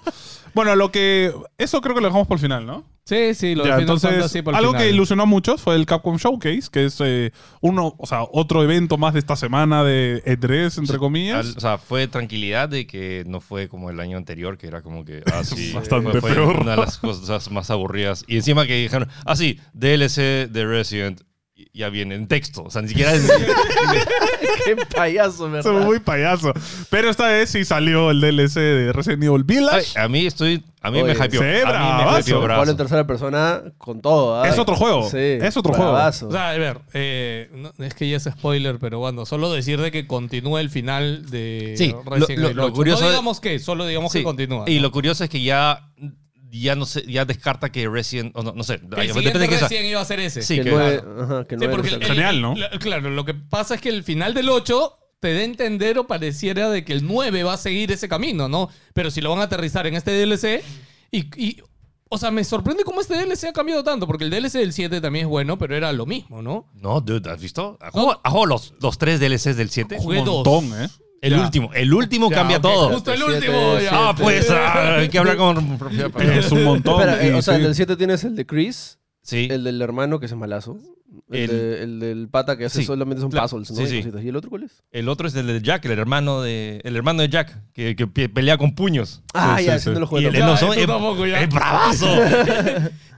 Speaker 4: Bueno, lo que. Eso creo que lo dejamos por el final, ¿no?
Speaker 1: Sí, sí, lo
Speaker 4: Ya,
Speaker 1: de Final
Speaker 4: entonces,
Speaker 1: Fantasy por el
Speaker 4: algo
Speaker 1: final.
Speaker 4: que ilusionó a muchos fue el Capcom Showcase, que es eh, uno, o sea, otro evento más de esta semana de E3, entre
Speaker 3: Al-
Speaker 4: comillas.
Speaker 3: o sea, fue tranquilidad de que no fue como el año anterior, que era como que ah, sí,
Speaker 4: Bastante
Speaker 3: fue, fue
Speaker 4: peor.
Speaker 3: una de las cosas más aburridas. Y encima que dijeron, ah, sí, DLC de Resident y- ya viene en texto. O sea, ni siquiera es-
Speaker 2: Qué payaso,
Speaker 4: Eso fue
Speaker 2: ¿verdad?
Speaker 4: muy payaso. Pero esta vez sí salió el DLC de Resident Evil Village.
Speaker 3: Ay, a mí estoy. A mí
Speaker 2: Oye,
Speaker 3: me hypeó.
Speaker 4: sí,
Speaker 3: a mí me
Speaker 4: bravazo.
Speaker 3: hypeó,
Speaker 2: Pablo en
Speaker 3: bravazo.
Speaker 2: tercera persona con todo. ¿ah?
Speaker 4: Es otro juego,
Speaker 2: Sí,
Speaker 4: es otro juego.
Speaker 2: bravazo.
Speaker 1: O sea, a ver, eh, no, es que ya es spoiler, pero bueno, solo decir de que continúa el final de
Speaker 3: Sí,
Speaker 1: Resident
Speaker 3: lo- lo-
Speaker 1: Evil
Speaker 3: lo
Speaker 1: 8.
Speaker 3: curioso
Speaker 1: No
Speaker 3: de-
Speaker 1: digamos que, solo digamos
Speaker 3: Sí,
Speaker 1: que continúa.
Speaker 3: Y
Speaker 1: ¿no?
Speaker 3: lo curioso es que ya. Ya no sé, ya descarta que Resident. o no, no sé.
Speaker 1: Que el
Speaker 3: depende de
Speaker 1: siguiente
Speaker 3: que sea-
Speaker 1: recién iba a ser ese.
Speaker 3: Sí,
Speaker 2: que
Speaker 3: que-
Speaker 2: no es- ajá, que no
Speaker 1: Sí,
Speaker 2: es-
Speaker 1: porque el- el-
Speaker 4: Genial, ¿no?
Speaker 1: la- claro, lo que pasa es que el final del 8 te da a entender o pareciera de que el 9 va a seguir ese camino, ¿no? Pero si lo van a aterrizar en este DLC y... y- o sea, me sorprende cómo este DLC ha cambiado tanto, porque el DLC del 7 también es bueno, pero era lo mismo, ¿no?
Speaker 3: No, dude, ¿has visto? ¿Has jugado, has jugado los, los tres DLCs del 7?
Speaker 1: Jugué dos.
Speaker 4: montón, ¿eh?
Speaker 3: El
Speaker 1: Ya.
Speaker 3: último, el último
Speaker 1: Ya,
Speaker 3: cambia
Speaker 1: ok,
Speaker 3: todo.
Speaker 1: Justo el
Speaker 2: Siete,
Speaker 1: último.
Speaker 2: siete.
Speaker 1: ya.
Speaker 3: Ah, pues, ah, hay que hablar con propiedad.
Speaker 4: Es un montón.
Speaker 2: Espera, eh,
Speaker 4: y
Speaker 2: o sea,
Speaker 4: sí.
Speaker 2: el del 7 tienes el de Chris,
Speaker 3: Sí.
Speaker 2: el del hermano que es malazo, el,
Speaker 3: El-
Speaker 2: de- el del pata que hace
Speaker 3: Sí,
Speaker 2: solamente son
Speaker 3: la-
Speaker 2: puzzles, ¿no?
Speaker 3: sí,
Speaker 2: Y
Speaker 3: sí.
Speaker 2: cositas. ¿Y el otro cuál es?
Speaker 3: El otro es el de Jack, el hermano de, el hermano de Jack, que, que pe- pelea con puños.
Speaker 2: Ah,
Speaker 4: sí,
Speaker 2: ya,
Speaker 4: sí.
Speaker 2: haciendo los
Speaker 3: Y
Speaker 2: juegos.
Speaker 3: el-
Speaker 1: Ya,
Speaker 3: no, son-
Speaker 1: tú
Speaker 3: es-
Speaker 1: tampoco, ya.
Speaker 3: ¡Es bravazo!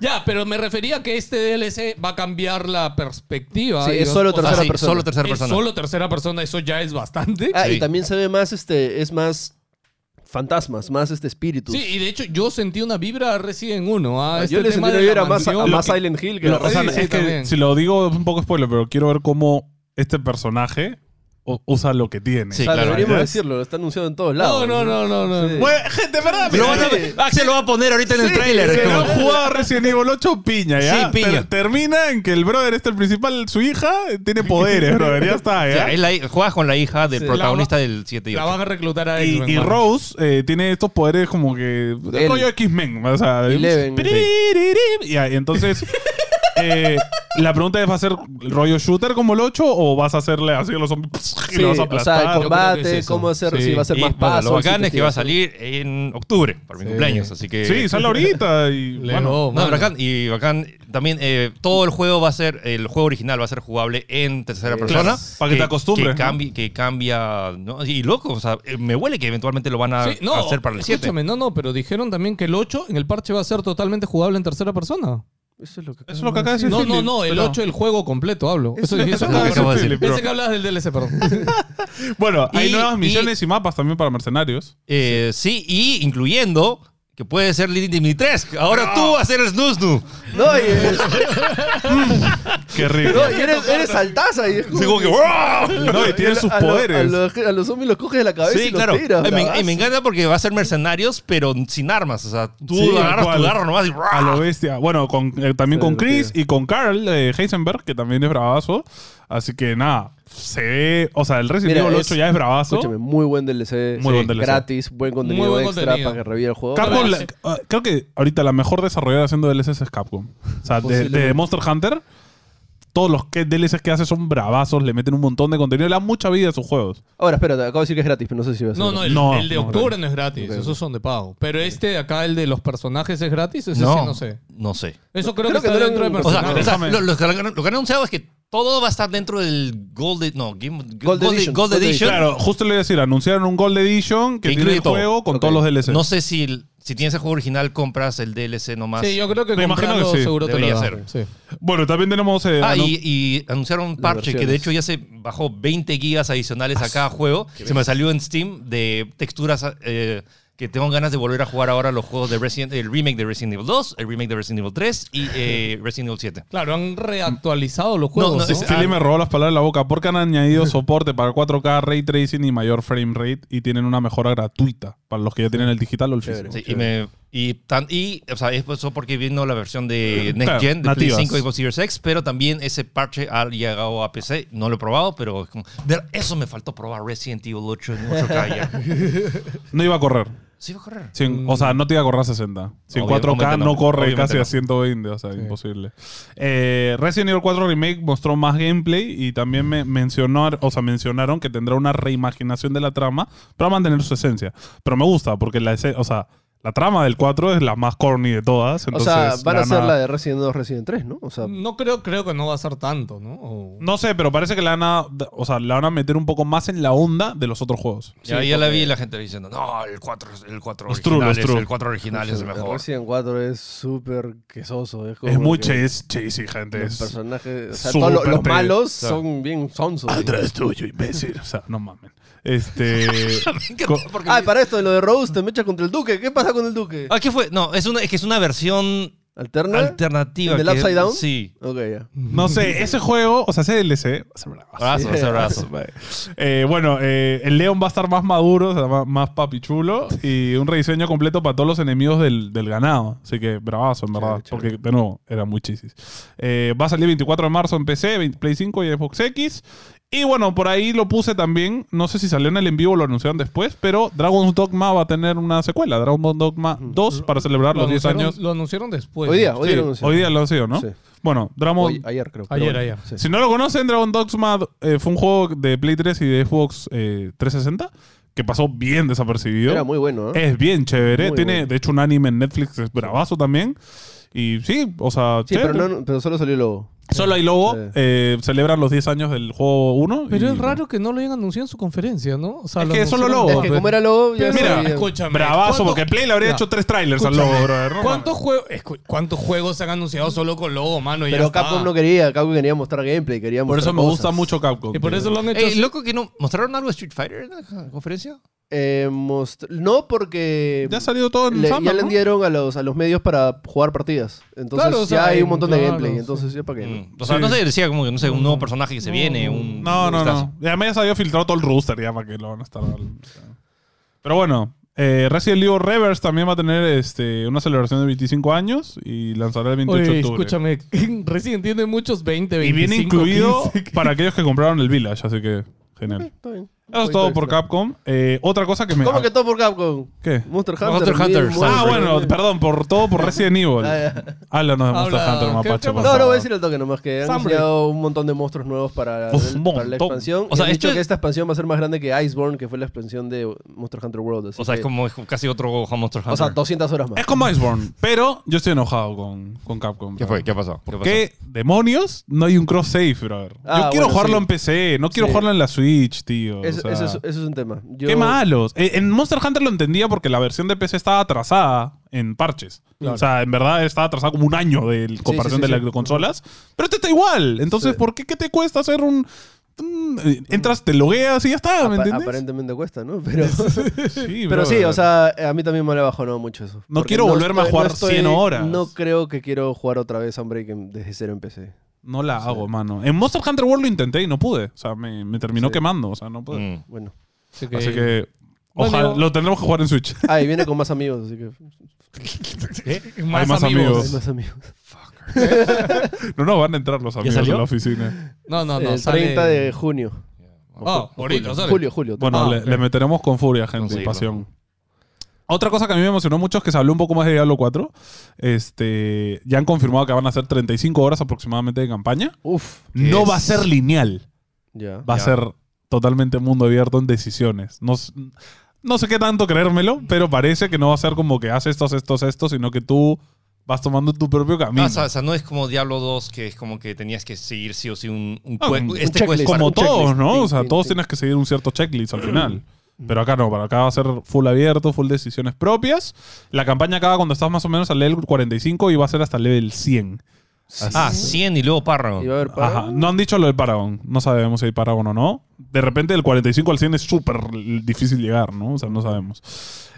Speaker 1: Ya, pero me refería a que este DLC va a cambiar la perspectiva.
Speaker 2: Sí, es
Speaker 1: digamos,
Speaker 2: solo
Speaker 1: o sea,
Speaker 2: tercera
Speaker 3: Ah, sí,
Speaker 2: persona.
Speaker 3: Solo tercera
Speaker 1: es
Speaker 3: persona.
Speaker 1: solo tercera persona, eso ya es bastante.
Speaker 2: Ah,
Speaker 3: Sí.
Speaker 2: y también se ve más, este, es más fantasmas, más este espíritus.
Speaker 1: Sí, y de hecho yo sentí una vibra recién uno.
Speaker 2: Ah,
Speaker 1: Ah, este
Speaker 2: Yo le
Speaker 1: tema
Speaker 2: sentí
Speaker 1: de
Speaker 2: que
Speaker 1: la
Speaker 2: era más, a
Speaker 1: mansión.
Speaker 2: más Silent Hill que
Speaker 4: Lo-
Speaker 2: la
Speaker 4: o sea,
Speaker 1: sí,
Speaker 2: Resident
Speaker 4: es
Speaker 2: Evil.
Speaker 4: que
Speaker 1: también.
Speaker 4: si lo digo es un poco spoiler, pero quiero ver cómo este personaje u- usa lo que tiene.
Speaker 3: Sí,
Speaker 2: O sea,
Speaker 3: claro.
Speaker 2: deberíamos
Speaker 4: ¿verdad?
Speaker 2: decirlo, está anunciado en todos lados.
Speaker 1: No, no, no, no, no.
Speaker 2: Sí.
Speaker 4: Bueno, gente,
Speaker 3: Lo
Speaker 4: ¿verdad? Mira,
Speaker 3: van a-
Speaker 2: Sí.
Speaker 3: Axel lo va a poner ahorita en el tráiler.
Speaker 4: Se
Speaker 3: es como-
Speaker 4: lo han jugado Resident Evil 8 piña, ¿ya?
Speaker 3: Sí, piña.
Speaker 4: Ter- termina en que el brother este el principal, su hija, tiene poderes, brother. Ya está,
Speaker 3: O sea,
Speaker 4: ¿ya?
Speaker 3: es la hi- juegas con la hija del
Speaker 2: Sí.
Speaker 3: protagonista del 7 y
Speaker 1: La
Speaker 3: 8.
Speaker 1: van a reclutar a
Speaker 4: Y,
Speaker 1: X-Men,
Speaker 4: y
Speaker 1: mano.
Speaker 4: Rose eh, tiene estos poderes como que...
Speaker 2: Él.
Speaker 4: rollo X-Men, o sea...
Speaker 2: Eleven.
Speaker 4: piriririm. Y ahí, entonces... eh, la pregunta es, ¿va a ser rollo shooter como el 8 o vas a hacerle así a los zombies y
Speaker 2: Sí,
Speaker 4: los vas a
Speaker 2: o sea,
Speaker 4: aplastar?
Speaker 1: Yo
Speaker 2: el
Speaker 1: creo que
Speaker 2: combate,
Speaker 1: es eso.
Speaker 2: cómo hacer,
Speaker 1: Sí.
Speaker 2: si va a ser
Speaker 3: Y,
Speaker 2: más
Speaker 3: bueno,
Speaker 2: pasos.
Speaker 3: lo bacán es que va a
Speaker 2: salir
Speaker 3: salir en octubre, para mi cumpleaños, así que...
Speaker 4: Sí, sale ahorita y...
Speaker 1: Le
Speaker 4: bueno,
Speaker 1: doy.
Speaker 3: No,
Speaker 1: mano.
Speaker 3: bacán. Y bacán, también eh, todo el juego va a ser, el juego original va a ser jugable en tercera
Speaker 2: Sí.
Speaker 3: persona.
Speaker 2: Claro,
Speaker 4: para que te acostumbres,
Speaker 3: Que, cambi- que cambia, ¿no? Y loco, o sea, eh, me huele que eventualmente lo van a
Speaker 1: Sí, no,
Speaker 3: hacer para el 7.
Speaker 1: escúchame, no, no, pero dijeron también que el 8 en el parche va a ser totalmente jugable en tercera persona.
Speaker 2: Eso es lo que
Speaker 4: Eso es lo que acaba de decir
Speaker 1: No, no,
Speaker 4: Philip.
Speaker 1: no, el
Speaker 4: Pero-
Speaker 1: 8 el juego completo hablo. Eso dije,
Speaker 4: Eso
Speaker 1: eso
Speaker 4: acaba de
Speaker 3: acabo
Speaker 4: decir
Speaker 3: de
Speaker 4: Philip,
Speaker 1: Pensé
Speaker 4: bro.
Speaker 1: que hablabas del DLC, perdón.
Speaker 4: Bueno, hay
Speaker 3: Y-
Speaker 4: nuevas
Speaker 3: y-
Speaker 4: misiones y mapas también para mercenarios.
Speaker 3: Eh, sí. y incluyendo que puede ser Little Timmy 3. Ahora tú vas a ser el Snoo Snoo.
Speaker 2: No, y, es-
Speaker 4: Qué rico.
Speaker 2: no, y eres, eres altaza. Y es como-
Speaker 3: Así como que, ¡wow!
Speaker 4: No, y tiene
Speaker 2: a
Speaker 4: sus
Speaker 2: lo- A,
Speaker 4: poderes.
Speaker 2: los, a los zombies los coges de la cabeza
Speaker 3: Sí,
Speaker 2: y los
Speaker 3: claro.
Speaker 2: tiras.
Speaker 3: Ay, me,
Speaker 2: bravazo.
Speaker 3: ay, me encanta porque va a ser mercenarios, pero sin armas. O sea, tú
Speaker 4: Sí,
Speaker 3: agarras
Speaker 4: cual.
Speaker 3: tu garro nomás y
Speaker 4: A lo bestia. Bueno, con, eh, también
Speaker 2: Sí,
Speaker 4: con
Speaker 2: lo
Speaker 4: Chris
Speaker 2: tiene.
Speaker 4: y con Carl eh, Heisenberg, que también es bravazo. Así que nada, se ve. O sea, el Resident
Speaker 2: Mira,
Speaker 4: Evil
Speaker 2: es-
Speaker 4: 8 ya es bravazo.
Speaker 2: Escúchame, muy buen DLC.
Speaker 4: Muy buen DLC.
Speaker 2: Gratis, buen contenido
Speaker 1: Muy buen
Speaker 2: extra
Speaker 1: contenido.
Speaker 2: para que reviva el juego.
Speaker 4: Capcom,
Speaker 1: Ahora,
Speaker 4: la-
Speaker 1: sí.
Speaker 4: ah, creo que ahorita la mejor desarrolladora haciendo DLCs es Capcom. O sea, de,
Speaker 2: Posiblemente.
Speaker 4: de Monster Hunter, todos los que DLCs que hace son bravazos, le meten un montón de contenido, le dan mucha vida a sus juegos.
Speaker 2: Ahora, espérate, acabo de decir que es gratis, pero no sé si va a ser.
Speaker 1: No, no, el,
Speaker 4: No,
Speaker 1: el de
Speaker 4: no,
Speaker 1: octubre no es gratis,
Speaker 2: Ok.
Speaker 1: esos son de pago. Pero este de acá, el de los personajes, ¿es gratis? Ese sí, no sé.
Speaker 3: No sé.
Speaker 1: Eso creo,
Speaker 2: Creo
Speaker 1: que, está
Speaker 2: que no lo
Speaker 1: dentro de
Speaker 2: han-
Speaker 3: O sea,
Speaker 1: personajes.
Speaker 3: o sea,
Speaker 4: déjame.
Speaker 3: lo, lo que han- lo que han anunciado es que Todo va a estar dentro del Gold, no, Game- Gold,
Speaker 2: Edition.
Speaker 3: Gold
Speaker 2: Gold
Speaker 3: Edition.
Speaker 4: Claro, justo le iba a decir, anunciaron un Gold Edition
Speaker 3: Que
Speaker 4: que tiene
Speaker 3: incluye
Speaker 4: el
Speaker 3: todo.
Speaker 4: juego con
Speaker 2: Ok.
Speaker 4: todos los DLC.
Speaker 3: No sé si, el- si tienes el juego original, compras el DLC nomás.
Speaker 1: Sí, yo creo que
Speaker 4: Me imagino que
Speaker 1: comprando
Speaker 4: sí.
Speaker 1: seguro te lo
Speaker 3: Debería
Speaker 1: da.
Speaker 3: ser.
Speaker 1: Sí.
Speaker 4: Bueno, también tenemos. eh,
Speaker 3: Ah,
Speaker 4: anu-
Speaker 3: y, y anunciaron un parche que de
Speaker 2: versiones.
Speaker 3: hecho ya se bajó 20 gigas adicionales a cada juego. Se me salió en Steam de texturas eh, que tengo ganas de volver a jugar ahora los juegos de Resident el remake de Resident Evil 2, el remake de Resident Evil 3 y eh, Resident Evil 7.
Speaker 1: Claro, han reactualizado los juegos.
Speaker 3: no,
Speaker 1: ¿no?
Speaker 3: es-
Speaker 4: Philly me robó las palabras de la boca porque han añadido soporte para 4K, ray tracing y mayor frame rate y tienen una mejora gratuita para los que ya tienen el digital o el
Speaker 2: Chévere.
Speaker 4: físico.
Speaker 3: Sí, y, me- y tan- y, o sea, es por eso porque vino la versión de Next
Speaker 4: Claro,
Speaker 3: Gen, de Play
Speaker 4: nativas.
Speaker 3: 5 y Xbox Series X, pero también ese parche ha llegado a PC. No lo he probado, pero es como- de- eso me faltó probar Resident Evil 8 en 8K ya.
Speaker 4: No iba a correr.
Speaker 3: Sí, va a correr.
Speaker 4: Si en- O sea, no te iba a correr a 60. Si en
Speaker 3: Obvio-
Speaker 4: 4K
Speaker 3: obviamente
Speaker 4: no,
Speaker 3: no.
Speaker 4: corre
Speaker 3: Obviamente
Speaker 4: casi a
Speaker 3: no.
Speaker 4: 120, o sea, imposible. Eh, Resident Evil 4 Remake mostró más gameplay y también me mencionó, o sea, mencionaron que tendrá una reimaginación de la trama para mantener su esencia. Pero me gusta porque la, ese- o sea, la trama del 4 es la más corny de todas.
Speaker 2: O
Speaker 4: Entonces,
Speaker 2: sea, van a
Speaker 4: gana-
Speaker 2: hacer la de Resident 2, Resident 3, ¿no? O sea,
Speaker 1: Ah, No creo, creo que no va a ser tanto, ¿no? O-
Speaker 4: No sé, pero parece que la van a, o sea, la van a meter un poco más en la onda de los otros juegos.
Speaker 3: Ya, ya la vi y la gente diciendo, no, el 4, es- el 4
Speaker 4: Es true,
Speaker 3: original,
Speaker 4: es
Speaker 3: es,
Speaker 4: true.
Speaker 3: el 4 original es el mejor.
Speaker 2: Resident 4 es súper quesoso. Es, como
Speaker 4: Es muy
Speaker 2: que
Speaker 4: chase, chasey, gente.
Speaker 2: Los
Speaker 4: es-
Speaker 2: personajes, o sea,
Speaker 4: súper
Speaker 2: todos los, los
Speaker 4: pe-
Speaker 2: malos
Speaker 4: claro.
Speaker 2: son bien sonsos.
Speaker 4: Atrás tuyo, imbécil. O sea, no mamen. Este. co-
Speaker 3: Porque-
Speaker 2: Ay, para esto, lo de Rose te mecha contra el Duque. ¿Qué pasa con el Duque?
Speaker 3: Ah, ¿qué fue? No, es, una, es que es una versión
Speaker 2: ¿Alterna?
Speaker 3: alternativa.
Speaker 2: ¿El del
Speaker 3: que-
Speaker 2: Upside Down?
Speaker 3: Sí.
Speaker 2: ok, ya.
Speaker 4: no sé, ese juego, o sea, ese DLC. ese brazo,
Speaker 3: Abrazo, ese abrazo.
Speaker 4: vale. Eh, bueno, eh, el León va a estar más maduro, o sea, más, más papichulo. Y un rediseño completo para todos los enemigos del, del ganado. Así que bravazo, en verdad. porque, de nuevo, era muy chisis. Eh, va a salir 24 de marzo en PC, 20 Play 5 y Xbox X. Y bueno, por ahí lo puse también. No sé si salió en el en vivo o lo anunciaron después. Pero Dragon's Dogma va a tener una secuela. Dragon's Dogma 2 para celebrar
Speaker 1: lo,
Speaker 4: los 10
Speaker 1: anunciaron,
Speaker 4: años.
Speaker 1: lo anunciaron después.
Speaker 2: Hoy día,
Speaker 1: ¿no?
Speaker 2: hoy
Speaker 4: Sí,
Speaker 2: día lo anunciaron.
Speaker 4: hoy día lo han sido, ¿no?
Speaker 2: Sí.
Speaker 4: Bueno, Dragon,
Speaker 2: Hoy- ayer creo. pero
Speaker 1: Ayer,
Speaker 2: bueno,
Speaker 1: ayer.
Speaker 2: sí.
Speaker 4: si no lo conocen, Dragon Dogma eh, fue un juego de Play 3 y de Xbox eh, 360 que pasó bien desapercibido.
Speaker 2: Era muy bueno, ¿eh?
Speaker 4: es bien chévere.
Speaker 2: Muy
Speaker 4: Tiene,
Speaker 2: bueno.
Speaker 4: de hecho, un anime en Netflix que es bravazo también. Y sí, o sea,
Speaker 2: sí, pero,
Speaker 4: chévere.
Speaker 2: no- pero solo salió luego.
Speaker 4: solo hay logo.
Speaker 2: Sí.
Speaker 4: eh, celebran los 10 años del juego 1.
Speaker 1: Pero
Speaker 4: y-
Speaker 1: es raro que no lo hayan anunciado en su conferencia, ¿no? O sea,
Speaker 4: Es
Speaker 1: lo
Speaker 4: que solo
Speaker 1: anunciaron
Speaker 4: logo.
Speaker 1: en
Speaker 2: Es
Speaker 1: la-
Speaker 2: que como era logo, ya
Speaker 1: Pero,
Speaker 4: Oh, Mira,
Speaker 2: sabía.
Speaker 1: escúchame.
Speaker 4: Bravazo,
Speaker 1: ¿cuánto-
Speaker 4: porque Play le habría
Speaker 1: Ya.
Speaker 4: hecho tres trailers al
Speaker 1: Escúchame,
Speaker 4: logo, brother. No
Speaker 1: ¿Cuántos,
Speaker 4: mames.
Speaker 1: juegos, escu- ¿Cuántos juegos se han anunciado solo con logo, mano? Y ya
Speaker 2: Pero
Speaker 1: está.
Speaker 2: Capcom no quería. Capcom quería mostrar gameplay. Quería
Speaker 4: Por eso
Speaker 2: mostrar
Speaker 4: me gusta
Speaker 2: cosas.
Speaker 4: mucho Capcom.
Speaker 1: Y por eso lo han hecho.
Speaker 3: Ey, loco que no. ¿Mostraron algo de Street Fighter en la conferencia?
Speaker 2: Eh, most- No, porque.
Speaker 4: Ya ha salido todo en
Speaker 2: Eh, le-
Speaker 4: Summer,
Speaker 2: ya le
Speaker 4: ¿no?
Speaker 2: dieron a los, a los medios para jugar partidas. Entonces
Speaker 1: Claro, o sea,
Speaker 2: ya hay
Speaker 1: en-
Speaker 2: un montón de
Speaker 1: claro,
Speaker 2: gameplay.
Speaker 1: sí.
Speaker 2: Entonces ya para qué. Eh, ¿no?
Speaker 3: Mm. O sea,
Speaker 4: Sí.
Speaker 3: no sé, decía como que, no sé, un nuevo personaje que se
Speaker 1: No,
Speaker 3: viene.
Speaker 1: no.
Speaker 3: Un,
Speaker 4: No,
Speaker 3: un
Speaker 4: no,
Speaker 3: vistazo.
Speaker 4: no. Ya me había filtrado todo el rooster ya para que lo van a estar. Pero bueno, eh, Resident Evil Reverse también va a tener este, una celebración de 25 años y lanzará el 28
Speaker 1: Oye,
Speaker 4: de octubre.
Speaker 1: escúchame. Resident tiene muchos 20, 25,
Speaker 4: y viene incluido
Speaker 1: 15.
Speaker 4: para aquellos que compraron el Village, así que
Speaker 2: Ok,
Speaker 4: genial.
Speaker 2: está bien.
Speaker 4: Eso es todo por Capcom. Eh, otra cosa que me.
Speaker 2: ¿Cómo que todo por Capcom?
Speaker 4: ¿Qué?
Speaker 2: Monster Hunter.
Speaker 3: Monster Hunter,
Speaker 2: mil
Speaker 4: Ah,
Speaker 2: monstruos.
Speaker 4: bueno, perdón, por todo por Resident Evil.
Speaker 2: Ah, ya.
Speaker 4: Háblanos de Monster
Speaker 1: Habla,
Speaker 4: Hunter,
Speaker 1: ¿qué-
Speaker 4: mapache.
Speaker 1: qué pasó?
Speaker 4: por
Speaker 2: No, no,
Speaker 4: favor.
Speaker 2: voy a decir el toque nomás que han
Speaker 1: Sambre.
Speaker 2: anunciado un montón de monstruos nuevos para,
Speaker 4: Uf,
Speaker 2: el-
Speaker 4: un
Speaker 2: para la
Speaker 4: montón.
Speaker 2: expansión.
Speaker 3: O sea,
Speaker 2: han dicho
Speaker 3: esto-
Speaker 2: que esta expansión va a ser más grande que Iceborne, que fue la expansión de Monster Hunter World. así
Speaker 3: O sea, es
Speaker 2: que-
Speaker 3: como es casi otro Monster Hunter.
Speaker 2: o sea, 200 horas más.
Speaker 4: Es como Iceborne, pero yo estoy enojado con, con Capcom.
Speaker 3: ¿Qué fue? ¿Qué pasó?
Speaker 4: ¿Por qué demonios no hay un cross save, brother? Yo
Speaker 2: Ah,
Speaker 4: quiero
Speaker 2: bueno,
Speaker 4: jugarlo
Speaker 2: sí.
Speaker 4: en PC, no quiero
Speaker 2: Sí.
Speaker 4: jugarlo en la Switch, tío.
Speaker 2: Es-
Speaker 4: o sea,
Speaker 2: eso, es, eso es un tema. Yo-
Speaker 4: Qué malos. Eh, En Monster Hunter lo entendía porque la versión de PC estaba atrasada en parches. O sea, en verdad estaba atrasada como un año de comparación
Speaker 2: sí, sí,
Speaker 4: de las
Speaker 2: sí.
Speaker 4: consolas. Pero este está igual. Entonces,
Speaker 2: Sí.
Speaker 4: ¿por qué, qué te cuesta hacer un. un- eh, Entras, te logueas y ya está,
Speaker 2: apa-
Speaker 4: ¿me entiendes?
Speaker 2: aparentemente cuesta, ¿no? Pero,
Speaker 4: Sí,
Speaker 2: pero sí,
Speaker 4: brother.
Speaker 2: o sea, a mí también me le bajó no mucho eso.
Speaker 4: No
Speaker 2: Porque
Speaker 4: quiero volverme a
Speaker 2: estoy-
Speaker 4: jugar
Speaker 2: estoy-
Speaker 4: 100 horas.
Speaker 2: No creo que quiero jugar otra vez Unbreaking desde cero en PC.
Speaker 4: No la hago, mano. En Monster Hunter World lo intenté y no pude. O sea, me, me terminó
Speaker 2: Sí.
Speaker 4: quemando. O sea, no pude.
Speaker 3: Mm.
Speaker 2: Bueno.
Speaker 1: Así que,
Speaker 4: Así que. ¿Eh? Ojalá,
Speaker 1: Bueno,
Speaker 4: lo tendremos que jugar en Switch.
Speaker 2: Ah, y viene con más amigos, así que...
Speaker 1: ¿eh? más,
Speaker 4: más
Speaker 1: amigos.
Speaker 4: amigos.
Speaker 2: Hay más amigos.
Speaker 4: No, no, van a entrar los amigos
Speaker 3: salió?
Speaker 4: a la oficina.
Speaker 1: No, no, no.
Speaker 2: el
Speaker 1: sale-
Speaker 2: 30 de junio.
Speaker 1: Ah, ahorita, ¿sabes?
Speaker 2: Julio, julio.
Speaker 4: Bueno,
Speaker 1: Ah,
Speaker 4: le,
Speaker 1: ok.
Speaker 4: le meteremos con furia, gente, y
Speaker 3: Conseguirlo.
Speaker 4: pasión. Otra cosa que a mí me emocionó mucho es que se habló un poco más de Diablo 4. Este, ya han confirmado que van a ser 35 horas aproximadamente de campaña.
Speaker 2: Uf,
Speaker 4: No
Speaker 3: Es-
Speaker 4: va a ser lineal.
Speaker 2: ya.
Speaker 4: Va a
Speaker 3: Ya.
Speaker 4: ser totalmente mundo abierto en decisiones. No, s- no sé qué tanto creérmelo, pero parece que no va a ser como que haz estos, estos, estos, sino que tú vas tomando tu propio camino.
Speaker 3: Ah, o sea, o sea, no es como Diablo 2, que es como que tenías que seguir sí o sí un, un,
Speaker 4: Ah,
Speaker 3: cue-
Speaker 4: un
Speaker 3: este
Speaker 2: checklist.
Speaker 3: quest para-
Speaker 4: Como
Speaker 2: un checklist.
Speaker 4: todos, ¿no?
Speaker 2: Sí,
Speaker 4: o sea,
Speaker 2: sí,
Speaker 4: todos
Speaker 2: sí. Mm.
Speaker 4: tienes que seguir un cierto checklist al final. Pero acá no, para acá va a ser full abierto, full decisiones propias. La campaña acaba cuando estás más o menos al level 45 y va a ser hasta el level 100.
Speaker 3: Ah, 100 y luego Parra.
Speaker 2: Y va a haber para-
Speaker 4: Ajá. No han dicho lo del Paragon. No sabemos si hay Paragon o no. De repente del 45 al 100 es súper difícil llegar, ¿no? O sea, no sabemos.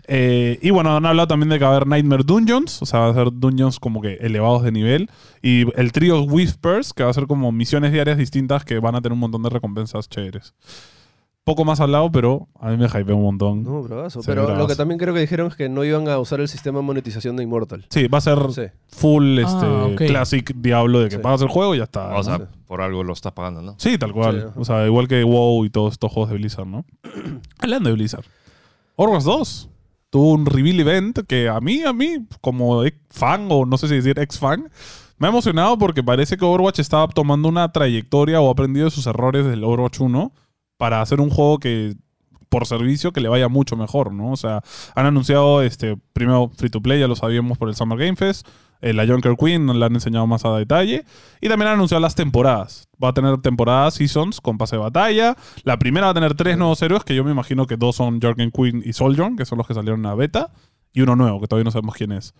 Speaker 4: Eh, y bueno, han hablado también de que va a haber Nightmare Dungeons. O sea, va a ser dungeons como que elevados de nivel. Y el trío Whispers, que va a ser como misiones diarias distintas que van a tener un montón de recompensas chéveres. Poco más hablado, pero a mí me hypeó un montón.
Speaker 2: No, bravazo.
Speaker 4: Sí,
Speaker 2: Pero lo
Speaker 4: bravazo.
Speaker 2: que también creo que dijeron es que no iban a usar el sistema de monetización de Immortal.
Speaker 4: Sí, va a ser
Speaker 2: Sí.
Speaker 4: full
Speaker 1: Ah,
Speaker 4: este,
Speaker 1: ok.
Speaker 4: classic Diablo de que
Speaker 2: Sí.
Speaker 4: pagas el juego y ya está.
Speaker 3: O sea,
Speaker 2: Sí.
Speaker 3: por algo lo estás pagando, ¿no?
Speaker 4: Sí, tal
Speaker 2: Sí,
Speaker 4: cual.
Speaker 2: ajá.
Speaker 4: o sea, igual que WoW y todos estos juegos de Blizzard, ¿no? Hablando de Blizzard. Overwatch 2 tuvo un reveal event que a mí, a mí, como ex- fan o no sé si decir ex fan, me ha emocionado porque parece que Overwatch estaba tomando una trayectoria o ha aprendido de sus errores del Overwatch 1 para hacer un juego que por servicio que le vaya mucho mejor, ¿no? O sea, han anunciado este primero Free to Play, ya lo sabíamos por el Summer Game Fest, eh, la Junker Queen nos la han enseñado más a detalle y también han anunciado las temporadas. Va a tener temporadas seasons con pase de batalla. La primera va a tener tres nuevos héroes, que yo me imagino que dos son Jorgen Queen y Soljorn, que son los que salieron en la beta, y uno nuevo, que todavía no sabemos quién es.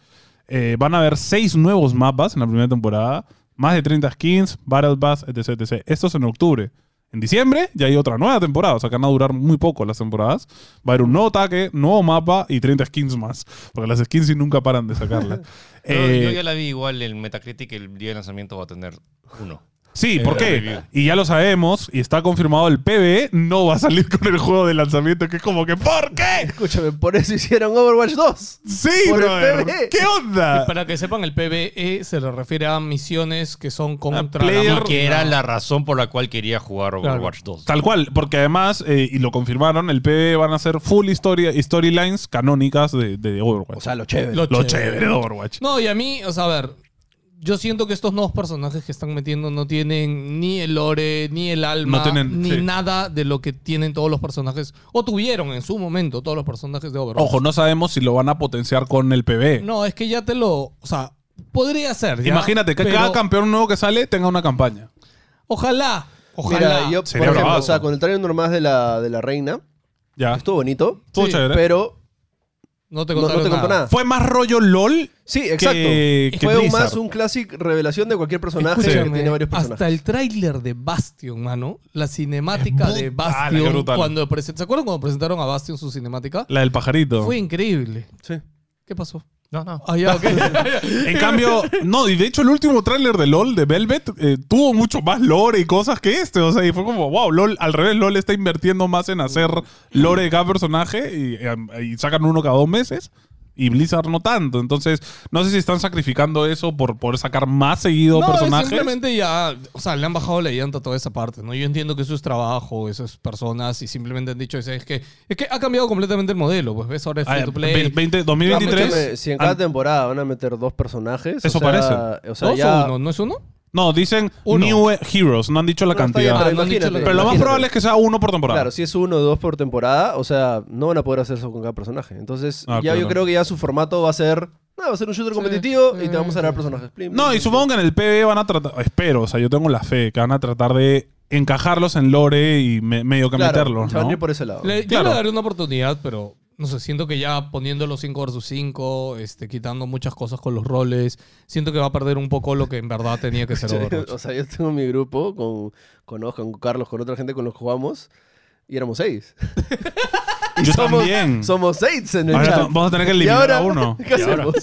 Speaker 4: Eh, van a haber seis nuevos mapas en la primera temporada, más de 30 skins, Battle Pass, etc, etc. Esto es en octubre. En diciembre ya hay otra nueva temporada, o sea que van a durar muy poco las temporadas. Va a haber un nuevo ataque, nuevo mapa y 30 skins más, porque las skins sí nunca paran de sacarlas.
Speaker 3: Pero
Speaker 4: Eh,
Speaker 3: yo ya la vi igual en Metacritic el día de lanzamiento va a tener uno.
Speaker 4: Sí,
Speaker 3: Eh,
Speaker 4: ¿por qué?
Speaker 3: review.
Speaker 4: Y ya lo sabemos, y está confirmado el PBE, no va a salir con el juego de lanzamiento, que es como que ¿por qué?
Speaker 2: Escúchame, por eso hicieron Overwatch 2.
Speaker 4: Sí,
Speaker 2: Por el E.
Speaker 4: brother.
Speaker 2: PBE.
Speaker 4: ¿Qué onda?
Speaker 1: Y para que sepan, el PvE se le refiere a misiones que son contra la
Speaker 4: player-
Speaker 1: máquina.
Speaker 3: Que era la razón por la cual quería jugar
Speaker 1: Claro.
Speaker 3: Overwatch 2.
Speaker 4: Tal cual, porque además, eh, y lo confirmaron, el PBE van a ser full historia, storylines canónicas de, de Overwatch.
Speaker 2: O sea, lo chévere.
Speaker 1: Lo
Speaker 4: lo
Speaker 1: chévere.
Speaker 4: chévere de Overwatch.
Speaker 1: No, y a mí, o sea, a ver, yo siento que estos nuevos personajes que están metiendo no tienen ni el lore, ni el alma,
Speaker 4: No tienen-
Speaker 1: ni
Speaker 4: sí.
Speaker 1: nada de lo que tienen todos los personajes, o tuvieron en su momento todos los personajes de Overwatch.
Speaker 4: Ojo, eh. no sabemos si lo van a potenciar con el PBE.
Speaker 1: No, es que ya te lo, o sea, podría ser. ya,
Speaker 4: Imagínate que
Speaker 1: pero
Speaker 4: cada campeón nuevo que sale tenga una campaña.
Speaker 1: Ojalá, ojalá.
Speaker 2: Mira, yo, por
Speaker 4: Sería
Speaker 2: ejemplo,
Speaker 4: bravazo.
Speaker 2: o sea, con el trailer normal de la, de la reina,
Speaker 4: Ya.
Speaker 2: estuvo bonito,
Speaker 4: Estuvo
Speaker 1: Sí,
Speaker 4: chévere.
Speaker 2: pero
Speaker 1: no te
Speaker 2: no, no
Speaker 1: contaron
Speaker 2: te contó nada.
Speaker 4: Fue más rollo LOL
Speaker 2: Sí, exacto.
Speaker 4: que, que
Speaker 2: Fue un
Speaker 4: Blizzard.
Speaker 2: más un classic revelación de cualquier personaje que
Speaker 1: Escúchame,
Speaker 2: tiene varios
Speaker 1: Hasta
Speaker 2: personajes.
Speaker 1: el tráiler de Bastion, mano. La cinemática
Speaker 4: Es
Speaker 1: de
Speaker 4: brutal, es
Speaker 1: Bastion.
Speaker 4: brutal.
Speaker 1: Cuando presen- ¿Se acuerdan cuando presentaron a Bastion su cinemática?
Speaker 4: La del pajarito.
Speaker 1: Fue increíble.
Speaker 2: Sí.
Speaker 1: ¿Qué pasó?
Speaker 3: No, no.
Speaker 1: Ah, ya, ok.
Speaker 4: En cambio, no, y de hecho el último tráiler de LOL de Velvet eh, tuvo mucho más lore y cosas que este. O sea, y fue como, wow, LOL, al revés, LOL está invirtiendo más en hacer lore de cada personaje y, eh, y sacan uno cada dos meses. Y Blizzard no tanto. Entonces, no sé si están sacrificando eso por poder sacar más seguido
Speaker 1: No,
Speaker 4: personajes.
Speaker 1: simplemente ya, o sea, le han bajado la llanta a toda esa parte, ¿no? Yo entiendo que eso es trabajo, esas personas, y simplemente han dicho, es es que, es que ha cambiado completamente el modelo, pues ves, ahora es
Speaker 4: Ah,
Speaker 1: free to play.
Speaker 4: 20,
Speaker 2: Escúchame,
Speaker 4: 2023.
Speaker 2: si en cada
Speaker 4: an-
Speaker 2: temporada van a meter dos personajes.
Speaker 4: Ah. Eso
Speaker 2: o sea,
Speaker 4: parece.
Speaker 2: O sea,
Speaker 1: ¿Dos
Speaker 2: ya.
Speaker 1: o uno? ¿No es uno?
Speaker 4: no, dicen
Speaker 1: Uno.
Speaker 4: New Heroes. No han dicho la
Speaker 2: No, está bien,
Speaker 4: cantidad.
Speaker 1: Ah,
Speaker 2: pero
Speaker 1: no han dicho la-
Speaker 2: imagínate,
Speaker 4: pero lo más
Speaker 2: imagínate.
Speaker 4: probable es que sea uno por temporada.
Speaker 2: Claro, si es uno o dos por temporada, o sea, no van a poder hacer eso con cada personaje. Entonces,
Speaker 4: Ah,
Speaker 2: ya
Speaker 4: claro.
Speaker 2: yo creo que ya su formato va a ser. nada, va a ser un shooter competitivo y te vamos
Speaker 1: Mm.
Speaker 2: a dar personajes. Plim, plim,
Speaker 4: No, y
Speaker 2: plim,
Speaker 4: supongo que en el PvE van a tratar, espero, o sea, yo tengo la fe que van a tratar de encajarlos en lore y me- medio que
Speaker 2: plim. Claro,
Speaker 4: meterlos,
Speaker 2: se van a
Speaker 4: ¿no?
Speaker 2: ir por ese lado.
Speaker 1: Le- Yo
Speaker 4: Claro.
Speaker 1: le daré una oportunidad, pero no sé, siento que ya poniéndolo 5 versus 5, este, quitando muchas cosas con los roles, siento que va a perder un poco lo que en verdad tenía que ser Overwatch.
Speaker 2: o sea, yo tengo mi grupo con, con Oscar, con Carlos, con otra gente con los que jugamos y éramos seis.
Speaker 4: Yo
Speaker 2: somos,
Speaker 4: también.
Speaker 2: Somos seis en el
Speaker 4: Mm. Ahora
Speaker 2: chat.
Speaker 4: to- vamos a tener que
Speaker 2: Y
Speaker 4: eliminar
Speaker 2: ahora,
Speaker 4: a uno.
Speaker 2: ¿Qué hacemos?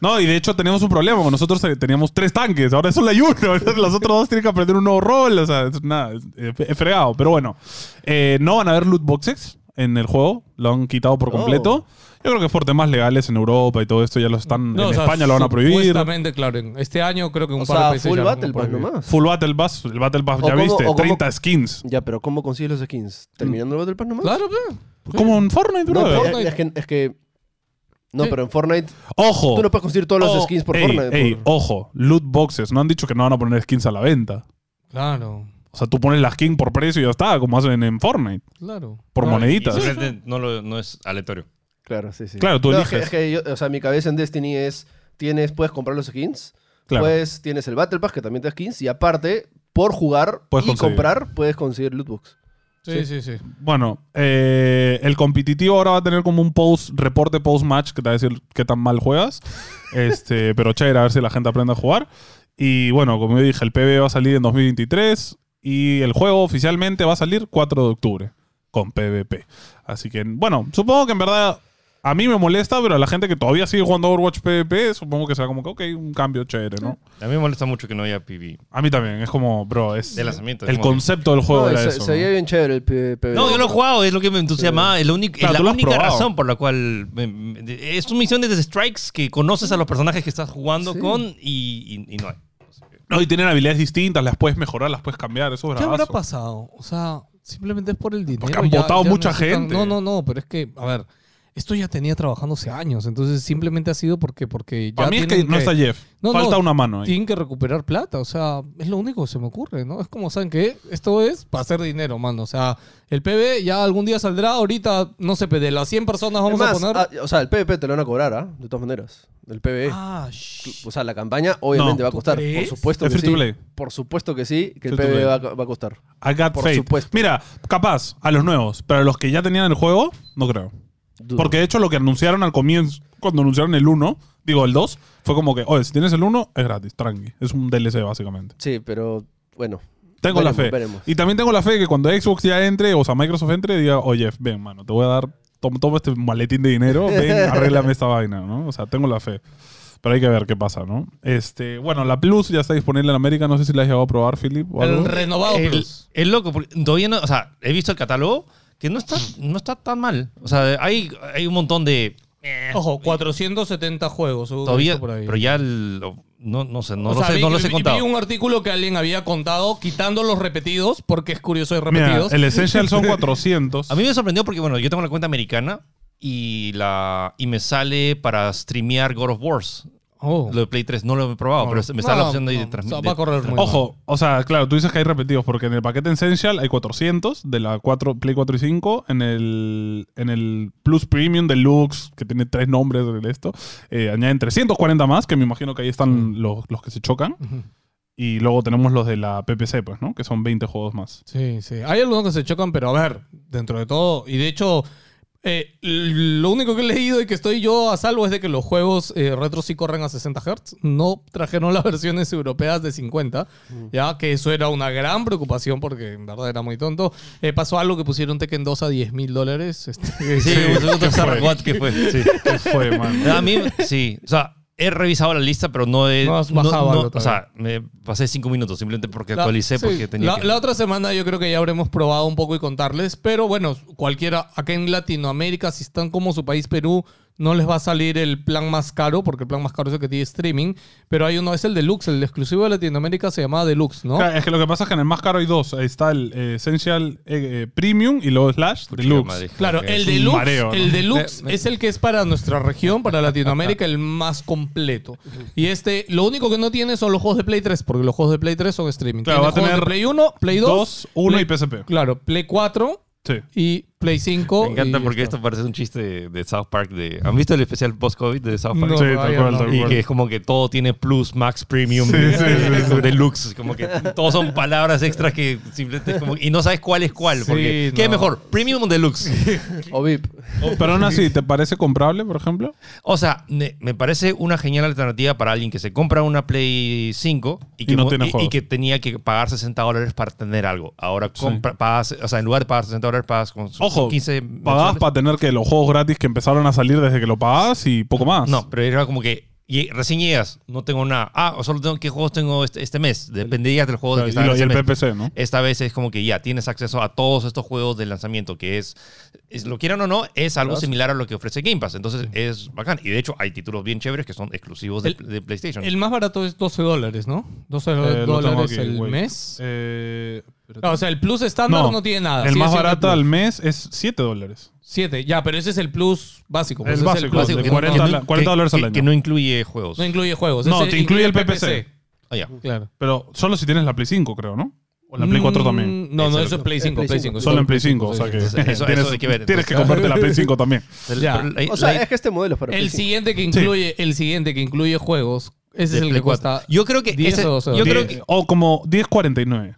Speaker 4: No, y de hecho teníamos un problema, porque nosotros eh, teníamos tres tanques, ahora solo hay uno, entonces los otros dos tienen que aprender un nuevo rol, o sea, es, nada, es, eh, es fregado, pero bueno, Eh, no van a haber loot boxes en el juego, lo han quitado por
Speaker 2: Oh.
Speaker 4: completo. Yo creo que por temas legales en Europa y todo esto ya lo están,
Speaker 1: No,
Speaker 4: en
Speaker 1: o sea,
Speaker 4: España lo van a prohibir.
Speaker 1: Supuestamente, claro. en- Este año creo que un
Speaker 2: o
Speaker 1: par de
Speaker 2: sea,
Speaker 1: países
Speaker 2: full
Speaker 1: ya lo han
Speaker 2: battle pass
Speaker 1: prohibido.
Speaker 2: nomás.
Speaker 4: Full Battle Pass, el Battle Pass,
Speaker 2: O
Speaker 4: ya
Speaker 2: cómo-
Speaker 4: viste,
Speaker 2: o cómo-
Speaker 4: 30 skins.
Speaker 2: Ya, pero ¿cómo consigues los skins?
Speaker 4: Mm.
Speaker 2: ¿Terminando el battle pass nomás?
Speaker 1: Claro, claro.
Speaker 4: Como en Fortnite,
Speaker 2: ¿Eh? No,
Speaker 4: bro.
Speaker 2: pero
Speaker 1: Fortnite.
Speaker 2: Es, que, es que- No,
Speaker 1: Sí.
Speaker 2: pero en Fortnite
Speaker 4: Ojo.
Speaker 2: tú no puedes conseguir todos los
Speaker 4: Oh,
Speaker 2: skins por
Speaker 4: ey,
Speaker 2: Fortnite.
Speaker 4: ey,
Speaker 2: por-
Speaker 4: ojo, loot boxes. No han dicho que no van a poner skins a la venta.
Speaker 1: Claro,
Speaker 4: O sea, tú pones la skin por precio y ya está, como hacen en Fortnite,
Speaker 1: claro.
Speaker 4: por
Speaker 1: No,
Speaker 4: moneditas.
Speaker 3: Simplemente No, lo- no es aleatorio.
Speaker 2: Claro, sí, sí.
Speaker 4: Claro, tú
Speaker 2: No, es que-
Speaker 4: eliges.
Speaker 2: es que yo- o sea, mi cabeza en Destiny es tienes, puedes comprar los skins.
Speaker 4: Claro.
Speaker 2: Puedes, tienes el Battle Pass que también te da skins. Y aparte, por jugar
Speaker 4: Puedes
Speaker 2: y
Speaker 4: conseguir.
Speaker 2: comprar, puedes conseguir loot box.
Speaker 1: Sí, sí, sí.
Speaker 4: Bueno, eh, el competitivo ahora va a tener como un post, reporte post-match que te va a decir qué tan mal juegas. este, pero chévere, a ver si la gente aprende a jugar. Y bueno, como yo dije, el PB va a salir en 2023 y el juego oficialmente va a salir 4 de octubre con PvP. Así que, bueno, supongo que en verdad a mí me molesta, pero a la gente que todavía sigue jugando Overwatch PvP, supongo que sea como que, ok, un cambio chévere, ¿no?
Speaker 3: A mí me molesta mucho que no haya PB.
Speaker 4: A mí también, es como, bro, es
Speaker 3: De lanzamiento, es
Speaker 4: el
Speaker 3: como que-
Speaker 4: concepto del juego.
Speaker 2: No,
Speaker 4: era
Speaker 2: se,
Speaker 4: eso,
Speaker 2: se
Speaker 4: ¿no?
Speaker 2: veía bien chévere el PvP.
Speaker 3: No, yo lo he jugado, es lo que me entusiasma. Es la, única- es
Speaker 4: Claro,
Speaker 3: la
Speaker 4: tú lo has
Speaker 3: única
Speaker 4: probado.
Speaker 3: razón por la cual. me- me- es son misiones de strikes que conoces a los personajes que estás jugando
Speaker 2: Sí.
Speaker 3: con y, y- y no hay. Así que-
Speaker 4: No, y tienen habilidades distintas, las puedes mejorar, las puedes cambiar, eso es
Speaker 1: ¿Qué habrá
Speaker 4: bravazo.
Speaker 1: pasado? O sea, simplemente es por el dinero.
Speaker 4: han
Speaker 1: ya-
Speaker 4: votado
Speaker 1: ya
Speaker 4: mucha
Speaker 1: necesitan-
Speaker 4: gente.
Speaker 1: No, no, no, pero es que, a ver, esto ya tenía trabajándose años, entonces simplemente ha sido porque, porque ya
Speaker 4: Para mí es que
Speaker 1: tienen
Speaker 4: no está Jeff.
Speaker 1: No,
Speaker 4: Falta
Speaker 1: no,
Speaker 4: una mano ahí.
Speaker 1: Tienen que recuperar plata, o sea, es lo único que se me ocurre, ¿no? Es como, ¿saben qué? Esto es para hacer dinero, mano. O sea, el PB ya algún día saldrá, ahorita, no sé, de las 100 personas vamos
Speaker 2: Además,
Speaker 1: a poner...
Speaker 2: ah, o sea, el PvP te lo van a cobrar, ¿ah? De todas maneras. El
Speaker 3: eh,
Speaker 2: PvE.
Speaker 1: Ah, sh-
Speaker 3: pues,
Speaker 2: O sea, la campaña obviamente
Speaker 4: No,
Speaker 2: va a
Speaker 1: ¿tú
Speaker 2: costar.
Speaker 1: crees?
Speaker 2: Por supuesto
Speaker 4: Es
Speaker 2: que
Speaker 4: free to play.
Speaker 2: sí. Por supuesto que sí, que el
Speaker 4: Free to
Speaker 2: PvE
Speaker 4: play.
Speaker 2: va, a- va a costar.
Speaker 4: I got
Speaker 2: Por
Speaker 4: faith.
Speaker 2: supuesto.
Speaker 4: Mira, capaz, a los nuevos, pero a los que ya tenían el juego, no creo.
Speaker 2: Dudo.
Speaker 4: Porque de hecho lo que anunciaron al comienzo, cuando anunciaron el 1, digo el 2, fue como que, oye, si tienes el 1, es gratis, tranqui. Es un DLC básicamente.
Speaker 2: Sí, pero bueno.
Speaker 4: Tengo
Speaker 2: Veremos,
Speaker 4: la fe.
Speaker 2: veremos.
Speaker 4: Y también tengo la fe que cuando Xbox ya entre, o sea, Microsoft entre, diga, oye, Jeff, ven, mano, te voy a dar, tom- toma este maletín de dinero, ven, arréglame esta vaina, ¿no? O sea, tengo la fe. Pero hay que ver qué pasa, ¿no? Este, bueno, la Plus ya está disponible en América. No sé si la has llegado a probar, Philip. o algo.
Speaker 1: el renovado pues.
Speaker 3: el,
Speaker 1: Plus.
Speaker 3: el loco, porque todavía no, o sea, he visto el catálogo que no está, no está tan mal. O sea, hay, hay un montón de. eh,
Speaker 1: Ojo, 470 juegos. según
Speaker 3: todavía,
Speaker 1: he visto por ahí.
Speaker 3: pero ya el- lo- no, no sé, no,
Speaker 1: O
Speaker 3: lo
Speaker 1: sea,
Speaker 3: sé,
Speaker 1: vi-
Speaker 3: no los he
Speaker 1: vi-
Speaker 3: contado.
Speaker 1: Vi un artículo que alguien había contado, quitando los repetidos, porque es curioso de
Speaker 4: Mira,
Speaker 1: repetidos.
Speaker 4: el Essential son 400.
Speaker 3: A mí me sorprendió porque, bueno, yo tengo la cuenta americana y, la, y me sale para streamear God of Wars.
Speaker 1: Oh.
Speaker 3: Lo de Play 3 no lo he probado,
Speaker 1: No.
Speaker 3: pero me sale
Speaker 1: No,
Speaker 3: la opción de,
Speaker 1: no,
Speaker 3: de transmi-
Speaker 1: o sea,
Speaker 3: de-
Speaker 1: va a correr
Speaker 3: de-
Speaker 1: muy
Speaker 3: Ojo,
Speaker 4: Ojo, o sea, claro, tú dices que hay repetidos porque en el paquete Essential hay 400 de la 4, Play 4 y 5, en el, en el Plus Premium Deluxe, que tiene tres nombres de esto, eh, añaden 340 más, que me imagino que ahí están los, los que se chocan. Y luego tenemos los de la PPC, pues, ¿no? Que son 20 juegos más.
Speaker 1: Sí, sí. Hay algunos que se chocan, pero a ver, dentro de todo. Y de hecho, eh, l- lo único que he leído y que estoy yo a salvo es de que los juegos eh, retro sí corren a 60 Hz. No trajeron las versiones europeas de 50,
Speaker 3: Mm.
Speaker 1: ya que eso era una gran preocupación porque en verdad era muy tonto. Eh, pasó algo que pusieron Tekken 2 a 10 mil dólares. Este,
Speaker 3: Sí,
Speaker 4: Sí,
Speaker 3: otro- otro
Speaker 4: ¿qué fue?
Speaker 3: Sarwat que fue. Sí.
Speaker 4: ¿Qué fue, man?
Speaker 3: A mí, sí. O sea, he revisado la lista, pero no he.
Speaker 1: No has bajado algo
Speaker 3: O sea, me pasé cinco minutos simplemente porque
Speaker 1: La-
Speaker 3: actualicé,
Speaker 1: sí,
Speaker 3: porque tenía.
Speaker 1: la,
Speaker 3: que-
Speaker 1: la otra semana yo creo que ya habremos probado un poco y contarles, pero bueno, cualquiera, acá en Latinoamérica, si están como su país Perú, no les va a salir el plan más caro, porque el plan más caro es el que tiene streaming, pero hay uno, es el deluxe, el exclusivo de Latinoamérica se llama deluxe, ¿no?
Speaker 4: Claro, Es que lo que pasa es que en el más caro hay dos. Ahí está el eh, Essential eh, eh, Premium y luego Slash
Speaker 3: Pucha madre.
Speaker 4: Deluxe.
Speaker 1: Claro,
Speaker 3: Ok.
Speaker 1: el
Speaker 4: un
Speaker 1: deluxe,
Speaker 4: mareo, ¿no?
Speaker 1: el deluxe
Speaker 3: Me- me-
Speaker 1: es el que es para nuestra región, para Latinoamérica, el más completo. Y este, lo único que no tiene son los juegos de Play 3, porque los juegos de Play 3 son streaming.
Speaker 4: Claro,
Speaker 1: Tiene
Speaker 4: va a
Speaker 1: juegos de
Speaker 4: tener
Speaker 1: Play 1, Play 2,
Speaker 4: 2, 1 y
Speaker 1: Play-
Speaker 4: PSP.
Speaker 1: Claro, Play 4
Speaker 4: Sí.
Speaker 1: y Play 5.
Speaker 3: Me encanta
Speaker 1: oh, y
Speaker 3: porque
Speaker 1: esto.
Speaker 3: esto parece un chiste de, de South Park. De, ¿Han visto el especial post-COVID de South Park?
Speaker 1: No,
Speaker 4: sí, tal
Speaker 1: todavía
Speaker 4: cual,
Speaker 1: no.
Speaker 4: tal
Speaker 3: Y
Speaker 4: cual.
Speaker 3: que es como que todo tiene plus, max, premium, eh,
Speaker 4: Sí, sí, sí, sí.
Speaker 3: deluxe. Como que todos son palabras extras que simplemente es como. Y no sabes cuál es cuál.
Speaker 1: Sí,
Speaker 3: porque, ¿Qué es
Speaker 1: no.
Speaker 3: mejor? ¿Premium o deluxe?
Speaker 2: O VIP.
Speaker 4: Oh, Pero aún así, ¿te parece comprable, por ejemplo?
Speaker 3: O sea, me, me parece una genial alternativa para alguien que se compra una Play 5 y que,
Speaker 4: Y no
Speaker 3: mo-
Speaker 4: tiene juegos.
Speaker 3: que tenía que pagar 60 dólares para tener algo. Ahora compra, pagas, o sea, en lugar de pagar 60 dólares, pagas con sus
Speaker 4: Ojo,
Speaker 3: 15
Speaker 4: pagabas
Speaker 3: mensuales.
Speaker 4: para tener que los juegos gratis que empezaron a salir desde que lo pagabas y poco más.
Speaker 3: No, pero era como que y recién llegas, no tengo nada. Ah, solo tengo qué juegos tengo este, este mes. Dependería del juego
Speaker 4: Claro,
Speaker 3: que
Speaker 4: y,
Speaker 3: estaba
Speaker 4: lo- y
Speaker 3: ese
Speaker 4: el
Speaker 3: mes.
Speaker 4: PPC, ¿no?
Speaker 3: Esta vez es como que ya tienes acceso a todos estos juegos de lanzamiento, que es, es- lo quieran o no, es algo similar a lo que ofrece Game Pass. Entonces es bacán. Y de hecho hay títulos bien chéveres que son exclusivos de,
Speaker 1: El-
Speaker 3: de PlayStation.
Speaker 1: El más barato es 12 dólares, ¿no? 12
Speaker 4: Eh, lo tengo
Speaker 1: dólares
Speaker 4: aquí,
Speaker 1: el
Speaker 4: wait.
Speaker 1: mes.
Speaker 4: Eh,
Speaker 1: Ah, o sea, el plus estándar no, tiene nada.
Speaker 4: El
Speaker 1: sigue
Speaker 4: más
Speaker 1: siendo
Speaker 4: barato
Speaker 1: plus.
Speaker 4: al mes es 7 dólares.
Speaker 1: 7, ya, pero ese es el plus básico. pues,
Speaker 4: El
Speaker 1: ese es
Speaker 4: básico,
Speaker 1: plus
Speaker 4: de
Speaker 1: que no-
Speaker 4: 40
Speaker 1: que
Speaker 4: la- 40 dólares al
Speaker 3: que-
Speaker 4: año.
Speaker 3: Que no incluye juegos.
Speaker 1: No incluye juegos.
Speaker 4: No,
Speaker 1: ese
Speaker 4: te incluye el PPC.
Speaker 3: Ah, ya.
Speaker 1: Claro.
Speaker 4: Pero solo si tienes la Play 5, creo, ¿no? O la Play 4 también.
Speaker 1: Mm, No, no,
Speaker 3: Ese
Speaker 1: eso es Play 5. Play 5.
Speaker 4: Solo en Play 5. O sea que
Speaker 3: Eso- eso
Speaker 4: tienes,
Speaker 3: hay que ver, entonces.
Speaker 4: tienes que comprarte la Play 5 también.
Speaker 1: Ya.
Speaker 3: Pero la-
Speaker 2: O sea,
Speaker 3: la-
Speaker 2: es que este modelo es para
Speaker 1: El
Speaker 2: PC.
Speaker 1: siguiente que incluye, el siguiente que incluye juegos, ese
Speaker 3: de
Speaker 1: es el
Speaker 3: Play
Speaker 1: que
Speaker 3: 4.
Speaker 1: cuesta.
Speaker 3: Yo creo que
Speaker 1: 10
Speaker 3: ese-
Speaker 1: o 12
Speaker 3: yo
Speaker 1: dólares.
Speaker 3: creo
Speaker 4: Die-
Speaker 3: que
Speaker 4: O como 10.49.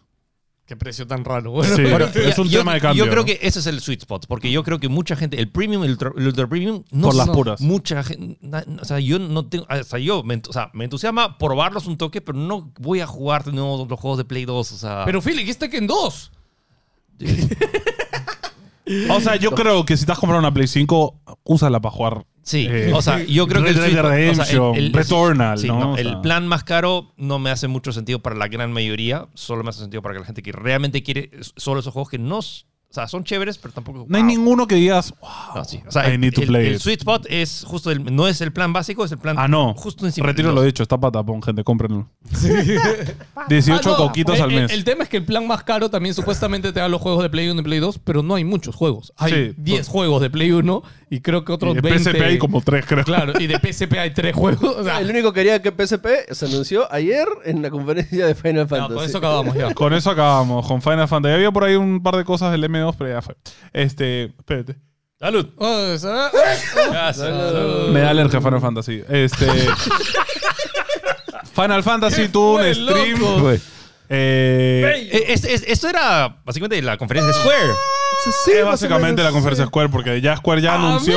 Speaker 1: Qué precio tan raro.
Speaker 4: Sí,
Speaker 1: Bueno,
Speaker 3: Ya,
Speaker 4: es un
Speaker 3: yo,
Speaker 4: tema de
Speaker 3: yo
Speaker 4: cambio.
Speaker 3: creo
Speaker 4: ¿no?
Speaker 3: que ese es el sweet spot, porque yo creo que mucha gente, el premium, el ultra, el ultra premium, no
Speaker 4: Por las
Speaker 3: sé,
Speaker 4: puras.
Speaker 3: Mucha gente, na- o sea, yo no tengo, o sea, yo, me, ent- o sea, me entusiasma probarlos un toque, pero no voy a jugar de nuevo los juegos de Play 2, o sea.
Speaker 1: Pero Phil, dijiste que en dos.
Speaker 4: O sea, yo creo que si estás comprando una Play 5, úsala para jugar.
Speaker 3: sí,
Speaker 4: eh,
Speaker 3: o sea, yo creo que
Speaker 4: Red Dead
Speaker 3: sweet- o sea,
Speaker 4: Redemption, Returnal,
Speaker 3: sí,
Speaker 4: ¿no? O
Speaker 3: el
Speaker 4: sea.
Speaker 3: plan más caro no me hace mucho sentido para la gran mayoría, solo me hace sentido para la gente que realmente quiere solo esos juegos que no, s- o sea, son chéveres, pero tampoco
Speaker 4: No hay
Speaker 3: wow.
Speaker 4: ninguno que digas, wow,
Speaker 3: No, sí. O sea,
Speaker 4: I
Speaker 3: el,
Speaker 4: need to
Speaker 3: el-
Speaker 4: play
Speaker 3: el
Speaker 4: it.
Speaker 3: sweet spot es justo el, no es el plan básico, es el plan
Speaker 4: Ah, no.
Speaker 3: justo encima.
Speaker 4: Retiro lo dicho, está patapón, gente, cómprenlo. 18
Speaker 1: Ah, no,
Speaker 4: coquitos
Speaker 1: el-
Speaker 4: al
Speaker 1: el-
Speaker 4: mes.
Speaker 1: El, tema es que el plan más caro también supuestamente te da los juegos de Play 1 y Play 2, pero no hay muchos juegos. Hay
Speaker 4: Sí,
Speaker 1: 10 juegos de Play 1 y creo que otros
Speaker 4: Y de
Speaker 1: 20.
Speaker 4: PSP hay como 3, creo.
Speaker 1: Claro, y de PSP hay 3 juegos. O sea,
Speaker 2: Ah, El único que quería que PSP se anunció ayer en la conferencia de Final
Speaker 1: no,
Speaker 2: Fantasy.
Speaker 1: con eso acabamos ya.
Speaker 4: Con eso acabamos, con Final Fantasy. Había por ahí un par de cosas del M2, pero ya fue. Este, espérate.
Speaker 3: Salud.
Speaker 1: Oh, esa-
Speaker 3: Ah.
Speaker 4: Me da alergia a Final Fantasy. Este. Final Fantasy tuvo
Speaker 1: fue,
Speaker 4: un stream.
Speaker 1: loco?
Speaker 4: güey. Eh,
Speaker 3: Eh, es- es- esto era básicamente la conferencia de Square.
Speaker 2: Sí,
Speaker 4: es
Speaker 2: más o
Speaker 4: básicamente
Speaker 2: menos,
Speaker 4: la conferencia Square, porque ya Square ya anunció.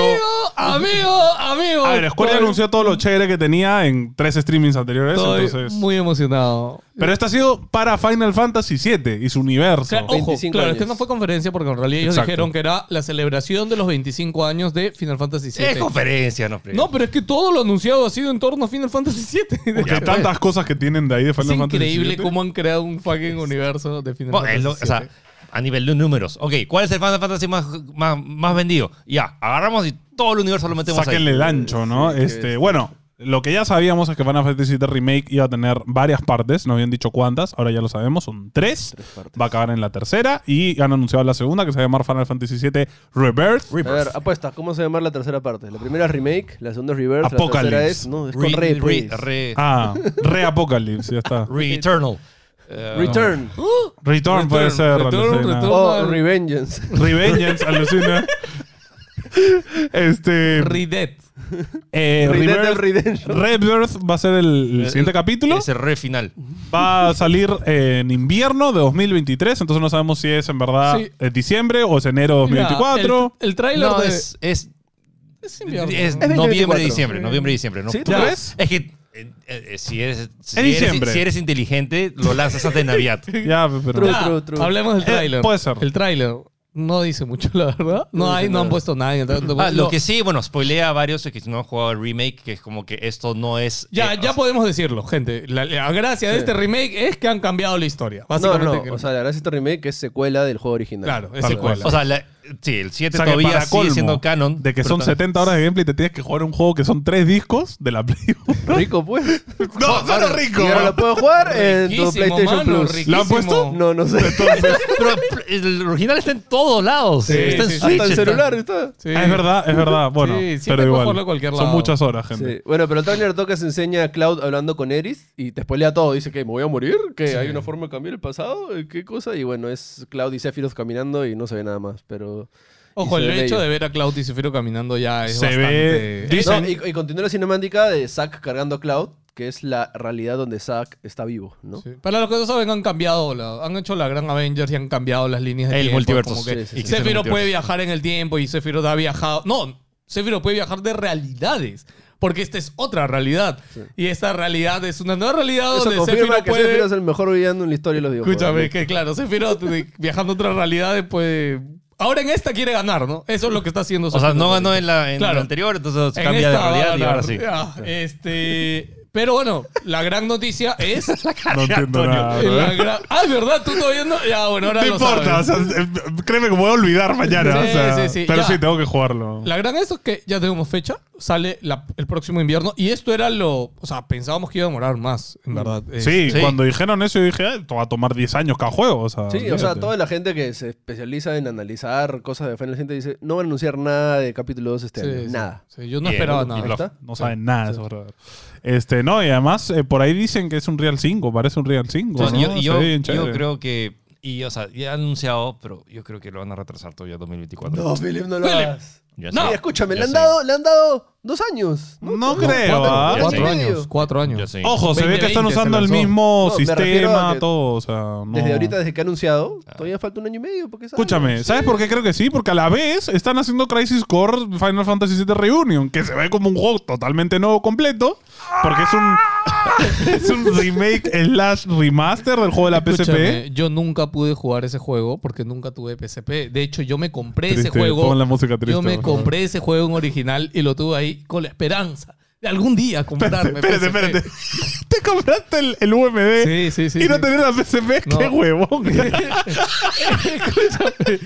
Speaker 1: Amigo, amigo, amigo.
Speaker 4: A ver, Square ya
Speaker 1: Estoy-
Speaker 4: anunció todo lo chévere que tenía en tres streamings anteriores.
Speaker 1: estoy
Speaker 4: entonces.
Speaker 1: muy emocionado.
Speaker 4: Pero esta ha sido para Final Fantasy VII y su universo.
Speaker 1: Claro, ojo,
Speaker 2: 25
Speaker 1: claro, es
Speaker 2: años.
Speaker 1: que no fue conferencia porque en realidad ellos
Speaker 4: Exacto.
Speaker 1: dijeron que era la celebración de los 25 años de Final Fantasy VII.
Speaker 3: Es conferencia, no. pero-
Speaker 1: No, pero es que todo lo anunciado ha sido en torno a Final Fantasy VII.
Speaker 4: Porque hay tantas cosas que tienen de ahí de
Speaker 1: Es
Speaker 4: Final Fantasy
Speaker 1: increíble
Speaker 4: VII.
Speaker 1: cómo han creado un fucking universo de Final
Speaker 3: Bueno, es
Speaker 1: Fantasy.
Speaker 3: lo- o sea,
Speaker 1: VII.
Speaker 3: a nivel de números. Ok, ¿cuál es el Final Fantasy más, más, más vendido? Ya, agarramos y todo el universo lo metemos
Speaker 4: Sáquenle
Speaker 3: ahí.
Speaker 4: el ancho, ¿no? este, bueno, lo que ya sabíamos es que Final Fantasy VII Remake iba a tener varias partes, no habían dicho cuántas, ahora ya lo sabemos, son tres. Va a acabar en la tercera y han anunciado la segunda que se va a llamar Final Fantasy VII Rebirth.
Speaker 2: A ver, apuesta, ¿cómo se llama la tercera parte? La primera es remake, la segunda es reverse, la tercera
Speaker 4: Apocalypse.
Speaker 2: es. No, es con
Speaker 3: Re,
Speaker 2: re,
Speaker 3: re,
Speaker 2: pues.
Speaker 3: re-
Speaker 4: Ah, Reapocalypse, ya está.
Speaker 3: Returnal. Eh,
Speaker 2: Return
Speaker 4: Return puede
Speaker 1: Return,
Speaker 4: ser.
Speaker 1: Return,
Speaker 4: alucina.
Speaker 1: Return.
Speaker 2: o Revengeance.
Speaker 4: Revengeance, alucina. Este.
Speaker 1: Redead.
Speaker 4: eh,
Speaker 2: Red Dead
Speaker 4: Rebirth-
Speaker 2: Redemption.
Speaker 4: Rebirth va a ser el, el siguiente capítulo.
Speaker 3: Eh, Ese re final.
Speaker 4: Va a salir en invierno de 2023, entonces no sabemos si es en verdad
Speaker 1: Sí.
Speaker 4: eh, diciembre o es enero de 2024.
Speaker 1: El, el tráiler
Speaker 3: No,
Speaker 1: de...
Speaker 3: es, es
Speaker 1: es invierno.
Speaker 3: Es
Speaker 1: ¿no?
Speaker 3: noviembre,
Speaker 2: 2024.
Speaker 3: diciembre, noviembre, diciembre. ¿no?
Speaker 4: ¿Sí? ¿Tú
Speaker 3: Ya.
Speaker 4: crees?
Speaker 3: Es que eh, eh, si, eres, si,
Speaker 4: En
Speaker 3: eres-
Speaker 4: diciembre.
Speaker 3: si eres inteligente, lo lanzas antes de Navidad.
Speaker 4: Ya, pero.
Speaker 2: True.
Speaker 1: Ya,
Speaker 2: True, true.
Speaker 1: Hablemos del
Speaker 4: Eh,
Speaker 1: tráiler.
Speaker 4: puede ser.
Speaker 1: El tráiler no dice mucho, la verdad. No
Speaker 2: No
Speaker 1: hay,
Speaker 2: dice
Speaker 1: no han
Speaker 2: nada.
Speaker 1: puesto nada. en el tráiler.
Speaker 3: Ah, lo
Speaker 1: Lo-
Speaker 3: que sí, bueno, spoilea a varios que no han jugado el remake, que es como que esto no es.
Speaker 1: ya,
Speaker 3: eh, o
Speaker 1: ya
Speaker 3: sea,
Speaker 1: podemos decirlo, gente. La, la gracia de
Speaker 2: Sí.
Speaker 1: este remake es que han cambiado la historia.
Speaker 2: No,
Speaker 1: Básicamente.
Speaker 2: no,
Speaker 1: que-
Speaker 2: o sea, la verdad es este remake es secuela del juego original.
Speaker 1: claro, es
Speaker 4: Tal
Speaker 1: secuela.
Speaker 4: cual.
Speaker 3: Pues, O sea, la- sí, el 7
Speaker 4: O sea, que
Speaker 3: todavía
Speaker 4: para
Speaker 3: sigue
Speaker 4: colmo
Speaker 3: siendo canon.
Speaker 4: De que
Speaker 3: pero
Speaker 4: son
Speaker 3: tam-
Speaker 4: 70 horas de gameplay y te tienes que jugar un juego que son tres discos de la Play
Speaker 2: Rico, pues.
Speaker 4: no, solo rico.
Speaker 2: Y ahora lo puedo jugar en tu
Speaker 1: Riquísimo,
Speaker 2: PlayStation
Speaker 1: mano,
Speaker 2: Plus.
Speaker 1: riquísimo.
Speaker 4: ¿Lo han puesto?
Speaker 2: No, no sé.
Speaker 3: Pero pl- el original está en todos lados.
Speaker 1: Sí,
Speaker 3: está en
Speaker 1: sí, sí.
Speaker 3: Switch.
Speaker 2: Hasta el
Speaker 3: está-
Speaker 2: celular está.
Speaker 1: Sí.
Speaker 4: Ah, es verdad, es verdad. Bueno,
Speaker 1: siempre
Speaker 4: pero
Speaker 1: puedes
Speaker 4: igual.
Speaker 1: jugarlo a cualquier
Speaker 4: Son
Speaker 1: lado.
Speaker 4: muchas horas, gente.
Speaker 2: Sí. Bueno, pero el trailer toca se enseña a Cloud hablando con Eris y te spoilea todo. Dice que me voy a morir, que hay una forma de cambiar el pasado, eh, qué cosa. Y bueno, es Cloud y Sephiroth caminando y no se ve nada más. Pero.
Speaker 1: Ojo,
Speaker 2: y se
Speaker 1: el
Speaker 2: ve
Speaker 1: hecho
Speaker 2: bello.
Speaker 1: de ver a Claudio y Cefiro caminando ya es
Speaker 4: Se ve-
Speaker 1: bastante...
Speaker 2: Eh,
Speaker 4: Dicen-
Speaker 2: no, y, y continúa la cinemática de Zack cargando a Cloud, que es la realidad donde Zack está vivo, ¿no?
Speaker 1: Sí. Para los que no saben, han cambiado, la- han hecho la gran Avengers y han cambiado las líneas de
Speaker 3: El
Speaker 1: tiempo.
Speaker 3: multiverso.
Speaker 1: Como que
Speaker 2: Sí, sí, sí.
Speaker 1: Sephiroth
Speaker 3: Existe el multiverso.
Speaker 1: puede viajar en el tiempo y Sephiroth ha viajado. No, Sephiroth puede viajar de realidades. Porque esta es otra realidad. Y esta realidad es una nueva realidad
Speaker 2: Eso
Speaker 1: donde
Speaker 2: confirma
Speaker 1: Sephiroth
Speaker 2: que
Speaker 1: puede.
Speaker 2: Sephiroth es el mejor villano en la historia de los videojuegos.
Speaker 1: Escúchame, que claro, Sephiroth de- viajando a otras realidades puede. Ahora en esta quiere ganar, ¿no? Eso es lo que está haciendo
Speaker 3: O sea,
Speaker 1: Sephiroth
Speaker 3: no ganó
Speaker 1: ahorita.
Speaker 3: en la, en
Speaker 1: Claro.
Speaker 3: la anterior, entonces
Speaker 1: En
Speaker 3: cambia de
Speaker 1: esta va a
Speaker 3: realidad y ahora sí.
Speaker 1: ganar. Ya, este, pero bueno, la gran noticia es.
Speaker 4: No entiendo
Speaker 3: Antonio,
Speaker 4: nada.
Speaker 1: la
Speaker 4: ¿verdad?
Speaker 1: gran- Ah, es verdad, tú todavía no. Ya, bueno, ahora
Speaker 4: ¿eh? No
Speaker 1: lo
Speaker 4: importa,
Speaker 1: sabes.
Speaker 4: o sea, eh, créeme que me voy a olvidar mañana.
Speaker 1: Sí,
Speaker 4: o sea,
Speaker 1: sí, sí,
Speaker 4: pero
Speaker 1: ya.
Speaker 4: sí, tengo que jugarlo.
Speaker 1: La gran eso es que ya tenemos fecha, sale la- el próximo invierno y esto era lo, o sea, pensábamos que iba a demorar más, en verdad. Es-
Speaker 4: Sí,
Speaker 3: Sí.
Speaker 4: cuando dijeron eso, yo dije, "Ay, esto va a tomar 10 años cada juego. O sea,
Speaker 2: Sí, o sea,
Speaker 4: olvídate.
Speaker 2: toda la gente que se especializa en analizar cosas de Final Fantasy dice, no van a anunciar nada de capítulo 2 este
Speaker 1: sí,
Speaker 2: año.
Speaker 1: sí.
Speaker 2: Nada.
Speaker 1: Sí, yo no
Speaker 3: Bien,
Speaker 1: esperaba
Speaker 3: y
Speaker 1: nada.
Speaker 3: lo-
Speaker 2: ¿Está?
Speaker 4: No saben nada de esos brothers. Este, no, y además eh, por ahí dicen que es un Real 5, parece un Real 5.
Speaker 3: Entonces, yo,
Speaker 4: ¿no?
Speaker 3: yo-
Speaker 4: Se ve bien
Speaker 3: yo
Speaker 4: chévere.
Speaker 3: creo que Y, o sea, ya han anunciado, pero yo creo que lo van a retrasar todavía 2024.
Speaker 2: No, Philip, no lo
Speaker 1: Philip.
Speaker 2: hagas.
Speaker 3: Ya
Speaker 1: No.
Speaker 3: sé,
Speaker 2: Mira, escúchame, le
Speaker 3: ya
Speaker 2: han,
Speaker 3: sé,
Speaker 2: dado, le han dado dos años.
Speaker 4: No, creo,
Speaker 1: cuatro,
Speaker 4: ¿ah?
Speaker 3: Ya
Speaker 1: cuatro
Speaker 2: sé.
Speaker 1: años, cuatro años.
Speaker 3: ya sé.
Speaker 4: Ojo, se ve que
Speaker 1: 2020
Speaker 4: están
Speaker 1: se
Speaker 4: usando el
Speaker 1: lanzó.
Speaker 4: mismo
Speaker 2: No, me refiero a
Speaker 4: sistema,
Speaker 2: que
Speaker 4: todo. O sea, no.
Speaker 2: Desde ahorita, desde que ha anunciado, todavía falta un año y medio. Porque
Speaker 4: Escúchame, ¿sabes por qué creo que sí? Porque a la vez están haciendo Crisis Core Final Fantasy VII Reunion, que se ve como un juego totalmente nuevo completo, porque es un, es un remake slash remaster del juego de la PSP.
Speaker 1: Escúchame, yo nunca pude jugar ese juego porque nunca tuve PSP. De hecho, yo me compré ese
Speaker 4: Triste,
Speaker 1: juego.
Speaker 4: pon la música triste,
Speaker 1: yo me
Speaker 4: por favor.
Speaker 1: compré ese juego en original y lo tuve ahí con la esperanza de algún día comprarme. PSP.
Speaker 4: Espérate, espérate. Te compraste el, el UMD
Speaker 1: Sí, sí, sí.
Speaker 4: y no
Speaker 1: sí.
Speaker 4: tenés la PSP,
Speaker 1: No.
Speaker 4: qué huevón.
Speaker 1: Escúchame.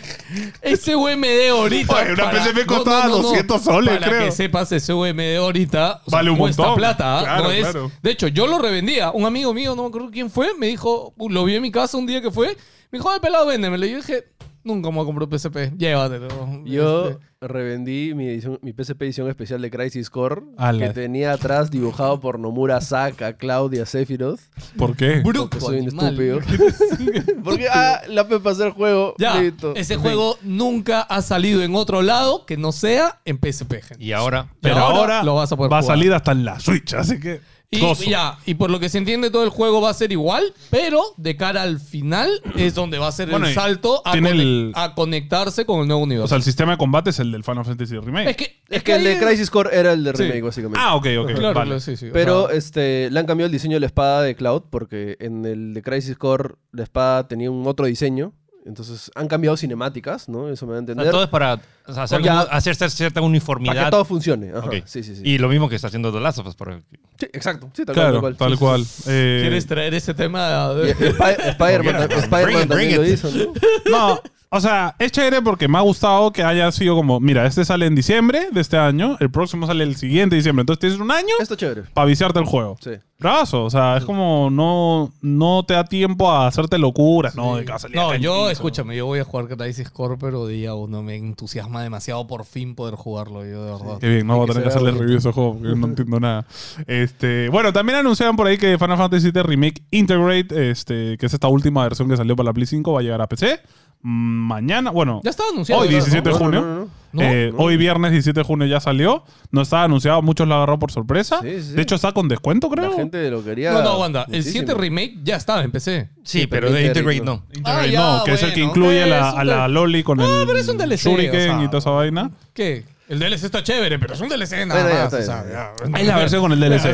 Speaker 1: Ese UMD ahorita.
Speaker 4: Oye, una PSP costaba 200 soles,
Speaker 1: para
Speaker 4: creo.
Speaker 1: que sepas, ese UMD ahorita. o sea,
Speaker 4: Vale un
Speaker 1: cuesta
Speaker 4: montón.
Speaker 1: plata. ¿ah?
Speaker 4: Claro,
Speaker 1: No es-
Speaker 4: claro.
Speaker 1: De hecho, yo lo revendía. Un amigo mío, no me acuerdo quién fue, me dijo, "Uh, lo vi en mi casa un día que fue. Me dijo, ay, pelado, véndemelo. Y yo dije, nunca me voy a comprar un PSP. Llévatelo.
Speaker 2: Yo
Speaker 1: Este,
Speaker 2: revendí mi, edición- mi PSP edición especial de Crisis Core,
Speaker 4: Ala.
Speaker 2: que tenía atrás dibujado por Nomura Saka, Claudia Sephiroth.
Speaker 4: ¿Por qué?
Speaker 1: Bruto.
Speaker 2: Porque soy un
Speaker 1: animal.
Speaker 2: estúpido. porque ah, la P pasó el juego.
Speaker 1: Ya,
Speaker 2: listo.
Speaker 1: ese juego nunca ha salido en otro lado que no sea en PSP, gente.
Speaker 3: Y ahora,
Speaker 4: Pero
Speaker 1: Y ahora
Speaker 4: ahora,
Speaker 1: lo vas a poder
Speaker 4: va a
Speaker 1: jugar.
Speaker 4: salir hasta en la Switch, así que.
Speaker 1: Y,
Speaker 4: gozo.
Speaker 1: y ya, y por lo que se entiende, todo el juego va a ser igual, pero de cara al final es donde va a ser
Speaker 4: Bueno, y
Speaker 1: el salto a,
Speaker 4: tiene
Speaker 1: conec-
Speaker 4: el-
Speaker 1: a conectarse con el nuevo universo.
Speaker 4: O sea, el sistema de combate es el del Final Fantasy Remake.
Speaker 1: es que,
Speaker 2: Es que el
Speaker 1: ahí
Speaker 2: de
Speaker 1: es-
Speaker 2: Crisis Core era el de
Speaker 1: Sí.
Speaker 2: remake, básicamente.
Speaker 4: Ah, ok, ok.
Speaker 1: Claro,
Speaker 4: vale.
Speaker 1: claro, sí, sí. o
Speaker 2: Pero
Speaker 1: sea,
Speaker 2: este, le han cambiado el diseño de la espada de Cloud, porque en el de Crisis Core la espada tenía un otro diseño. Entonces han cambiado cinemáticas, ¿no? Eso me va a
Speaker 3: o sea,
Speaker 2: entender.
Speaker 3: todo es para o sea, hacer,
Speaker 2: Porque
Speaker 3: como-
Speaker 2: a-
Speaker 3: hacer cer- cierta
Speaker 2: para que
Speaker 3: uniformidad.
Speaker 2: todo funcione. Ajá,
Speaker 3: Ok.
Speaker 2: Sí, sí, sí.
Speaker 3: Y lo mismo que está haciendo The Last of Us. pero-
Speaker 2: Sí, exacto. Sí, tal
Speaker 4: Claro,
Speaker 2: cual.
Speaker 4: tal
Speaker 2: Sí, sí,
Speaker 4: cual. Eh,
Speaker 1: ¿Quieres traer ese tema?
Speaker 2: sí. Y- y Spi- Spider-Man
Speaker 3: Bring it,
Speaker 2: Spider-Man
Speaker 3: bring
Speaker 2: también
Speaker 3: it.
Speaker 2: lo hizo, ¿no?
Speaker 4: No, o sea, es chévere porque me ha gustado que haya sido como, mira, este sale en diciembre de este año, el próximo sale el siguiente diciembre, entonces tienes un año
Speaker 2: Esto es chévere.
Speaker 4: para viciarte el juego.
Speaker 2: Sí.
Speaker 4: Bravazo, o sea, es como no, no te da tiempo a hacerte locuras, no, de que va a salir
Speaker 1: No,
Speaker 4: acá en
Speaker 1: yo,
Speaker 4: quince.
Speaker 1: escúchame, yo voy a jugar Crisis Core, pero día uno me entusiasma demasiado por fin poder jugarlo, yo de verdad.
Speaker 4: Qué bien, no voy a tener que
Speaker 2: se vea
Speaker 4: hacerle review a ese juego porque no entiendo nada. Este, bueno, también anunciaron por ahí que Final Fantasy VII Remake Integrate, este, que es esta última versión que salió para la Play 5, va a llegar a PC. Mm, Mañana, bueno,
Speaker 1: Ya estaba anunciado.
Speaker 4: hoy
Speaker 1: ya, ¿no?
Speaker 4: 17 de
Speaker 2: No, no,
Speaker 4: junio.
Speaker 2: no, no,
Speaker 1: no.
Speaker 4: Eh,
Speaker 2: No,
Speaker 4: Hoy viernes 17 de junio ya salió. No estaba anunciado, muchos lo agarró por sorpresa.
Speaker 2: Sí, sí, sí.
Speaker 4: De hecho, está con descuento, creo.
Speaker 2: La gente lo quería.
Speaker 1: No, no, aguanta. El
Speaker 2: muchísimo.
Speaker 1: 7 Remake ya estaba en PC.
Speaker 3: Sí,
Speaker 2: Sí,
Speaker 3: pero
Speaker 2: pero
Speaker 3: de Integrate
Speaker 2: Integrate
Speaker 3: no.
Speaker 4: Integrate,
Speaker 1: Ah, ya,
Speaker 4: no, que es el que
Speaker 1: bueno.
Speaker 4: incluye a la,
Speaker 1: Es un
Speaker 4: a la
Speaker 1: del-
Speaker 4: Loli con
Speaker 1: Ah,
Speaker 4: el
Speaker 1: pero es un DLC,
Speaker 4: Shuriken
Speaker 1: o sea.
Speaker 4: y toda esa vaina.
Speaker 1: ¿Qué? El DLC está chévere, pero es un DLC nada
Speaker 2: Bueno, ya
Speaker 1: más.
Speaker 2: está
Speaker 1: o
Speaker 2: bien.
Speaker 1: sea, ya.
Speaker 4: Es la versión con el
Speaker 1: Sí,
Speaker 4: DLC.
Speaker 1: o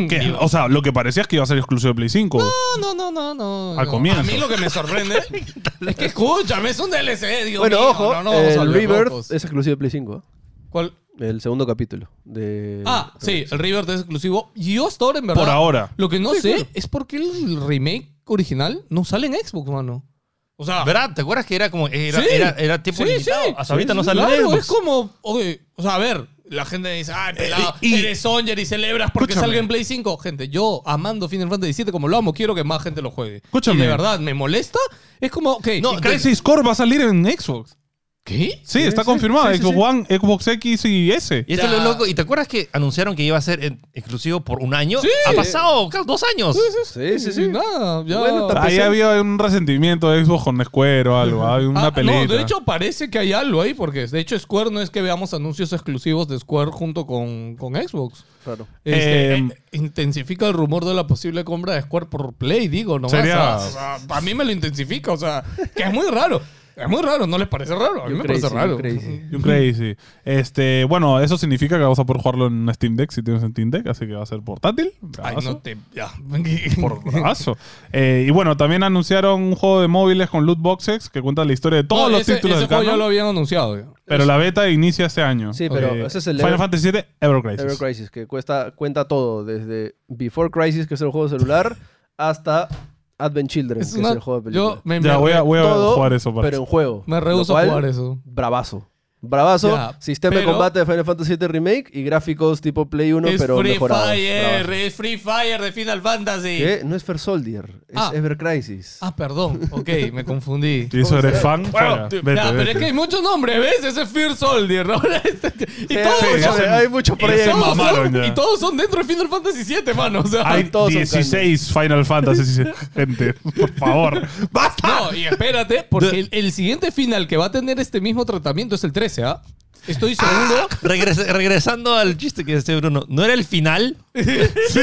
Speaker 1: sea.
Speaker 4: Que, o sea, lo que parecía es que iba a ser exclusivo de Play 5.
Speaker 1: No, no, no, no.
Speaker 4: Al
Speaker 1: no.
Speaker 4: comienzo.
Speaker 1: A mí lo que me sorprende es que escúchame, es un DLC, Dios
Speaker 2: Bueno,
Speaker 1: mío,
Speaker 2: ojo,
Speaker 1: no, no vamos a
Speaker 2: el
Speaker 1: volver
Speaker 2: Rebirth
Speaker 1: locos.
Speaker 2: es exclusivo de Play 5. ¿eh?
Speaker 1: ¿Cuál?
Speaker 2: El segundo capítulo. De...
Speaker 1: Ah, sí, el Rebirth es exclusivo. Y yo hasta ahora, en verdad.
Speaker 4: Por ahora.
Speaker 1: Lo que no sé es por qué el remake original no sale en Xbox, mano. O sea,
Speaker 3: ¿Verdad? ¿Te acuerdas que era como era,
Speaker 1: Ah. Sí.
Speaker 3: era, era tiempo
Speaker 1: Sí,
Speaker 3: limitado?
Speaker 1: sí.
Speaker 3: Hasta
Speaker 1: Sí,
Speaker 3: ahorita no
Speaker 1: sí,
Speaker 3: sale
Speaker 1: claro,
Speaker 3: Xbox.
Speaker 1: es como, oye, o sea, a ver, la gente dice,
Speaker 3: Eh,
Speaker 1: ah, pelado,
Speaker 4: y-
Speaker 1: eres Songer y celebras porque
Speaker 4: Escúchame.
Speaker 1: salga en Play 5. Gente, yo amando Final Fantasy VII como lo amo, quiero que más gente lo juegue.
Speaker 4: Escúchame.
Speaker 1: Y de verdad, ¿me molesta? Es como, ok.
Speaker 3: No,
Speaker 1: ¿y qué?
Speaker 4: Crisis Core va a salir en Xbox.
Speaker 1: ¿Qué?
Speaker 4: Sí, está
Speaker 2: sí,
Speaker 4: confirmado.
Speaker 2: sí, sí,
Speaker 4: Xbox
Speaker 2: sí.
Speaker 4: One, Xbox X y S.
Speaker 3: Y esto es lo
Speaker 1: Ya.
Speaker 3: loco. ¿Y te acuerdas que anunciaron que iba a ser en- exclusivo por un año?
Speaker 1: Sí.
Speaker 3: Ha pasado casi dos años.
Speaker 2: Sí, sí, sí.
Speaker 1: Nada, ya.
Speaker 2: Bueno, tampoco
Speaker 4: Ahí
Speaker 2: PC.
Speaker 4: había un resentimiento de Xbox con Square o algo. Hay una
Speaker 1: Ah,
Speaker 4: pelea.
Speaker 1: No, de hecho parece que hay algo ahí, porque de hecho Square no es que veamos anuncios exclusivos de Square junto con, con Xbox.
Speaker 2: Claro.
Speaker 1: Este,
Speaker 4: Eh,
Speaker 1: eh, intensifica el rumor de la posible compra de Square por Play, digo, no
Speaker 4: Sería-
Speaker 1: a mí me lo intensifica, o sea, que es muy raro. Es muy raro, ¿no les parece raro? A mí
Speaker 2: Yo
Speaker 1: me
Speaker 2: crazy,
Speaker 1: parece raro.
Speaker 2: yo crazy.
Speaker 4: Y un crazy. Este, bueno, eso significa que vas a poder jugarlo en Steam Deck si tienes en Steam Deck, así que va a ser portátil.
Speaker 1: Ay,
Speaker 4: Bravazo.
Speaker 1: no te. Ya.
Speaker 4: Ah, Por brazo. Eh, y bueno, también anunciaron un juego de móviles con loot boxes que cuenta la historia de todos
Speaker 1: No,
Speaker 4: los
Speaker 1: ese,
Speaker 4: títulos
Speaker 1: ese
Speaker 4: del
Speaker 1: juego ya
Speaker 4: canon,
Speaker 1: lo habían anunciado. ya.
Speaker 4: Pero la beta inicia este año.
Speaker 2: Sí, pero
Speaker 4: Eh,
Speaker 2: ese es el
Speaker 4: Final
Speaker 2: Ever-
Speaker 4: Fantasy VII Ever Crisis.
Speaker 2: Ever Crisis, que cuesta, cuenta todo, desde Before Crisis, que es el juego de celular, hasta Advent Children,
Speaker 1: Es
Speaker 2: que
Speaker 1: una-
Speaker 2: es el juego de película.
Speaker 1: yo me,
Speaker 4: Ya,
Speaker 1: me-
Speaker 4: voy a, voy a
Speaker 2: Todo,
Speaker 4: jugar eso para
Speaker 2: pero en juego.
Speaker 1: me
Speaker 2: Lo
Speaker 1: rehúso a
Speaker 2: cual,
Speaker 1: jugar eso.
Speaker 2: Bravazo. Bravazo,
Speaker 1: Ya,
Speaker 2: sistema
Speaker 1: pero-
Speaker 2: de combate de Final Fantasy VII Remake y gráficos tipo Play 1,
Speaker 1: es
Speaker 2: pero
Speaker 1: Free
Speaker 2: mejorados.
Speaker 1: Fire,
Speaker 2: Bravazo.
Speaker 1: es Free Fire de Final Fantasy.
Speaker 2: ¿Qué? No es Fair Soldier. Es
Speaker 1: Ah.
Speaker 2: Ever Crisis.
Speaker 1: Ah, perdón. Ok, me confundí.
Speaker 4: Y eso eres fan. fuera. Vete,
Speaker 1: Ya, pero
Speaker 4: vete.
Speaker 1: es que hay muchos nombres, ¿ves? Ese es Fear Soldier. ¿no? Este, y, todos
Speaker 2: Sí,
Speaker 1: son,
Speaker 2: hay muchos
Speaker 1: todos
Speaker 2: proyectos.
Speaker 1: son-
Speaker 4: mamaron ya.
Speaker 1: y todos son dentro de Final Fantasy VII, mano. O sea,
Speaker 4: Hay
Speaker 2: todos son
Speaker 4: 16 Final Fantasy, gente. Por favor. ¡Basta!
Speaker 1: No, y espérate, porque el, el siguiente final que va a tener este mismo tratamiento es el 13, ¿ah? Estoy seguro.
Speaker 3: Regrese- regresando al chiste que decía Bruno, no era el final,
Speaker 4: Sí.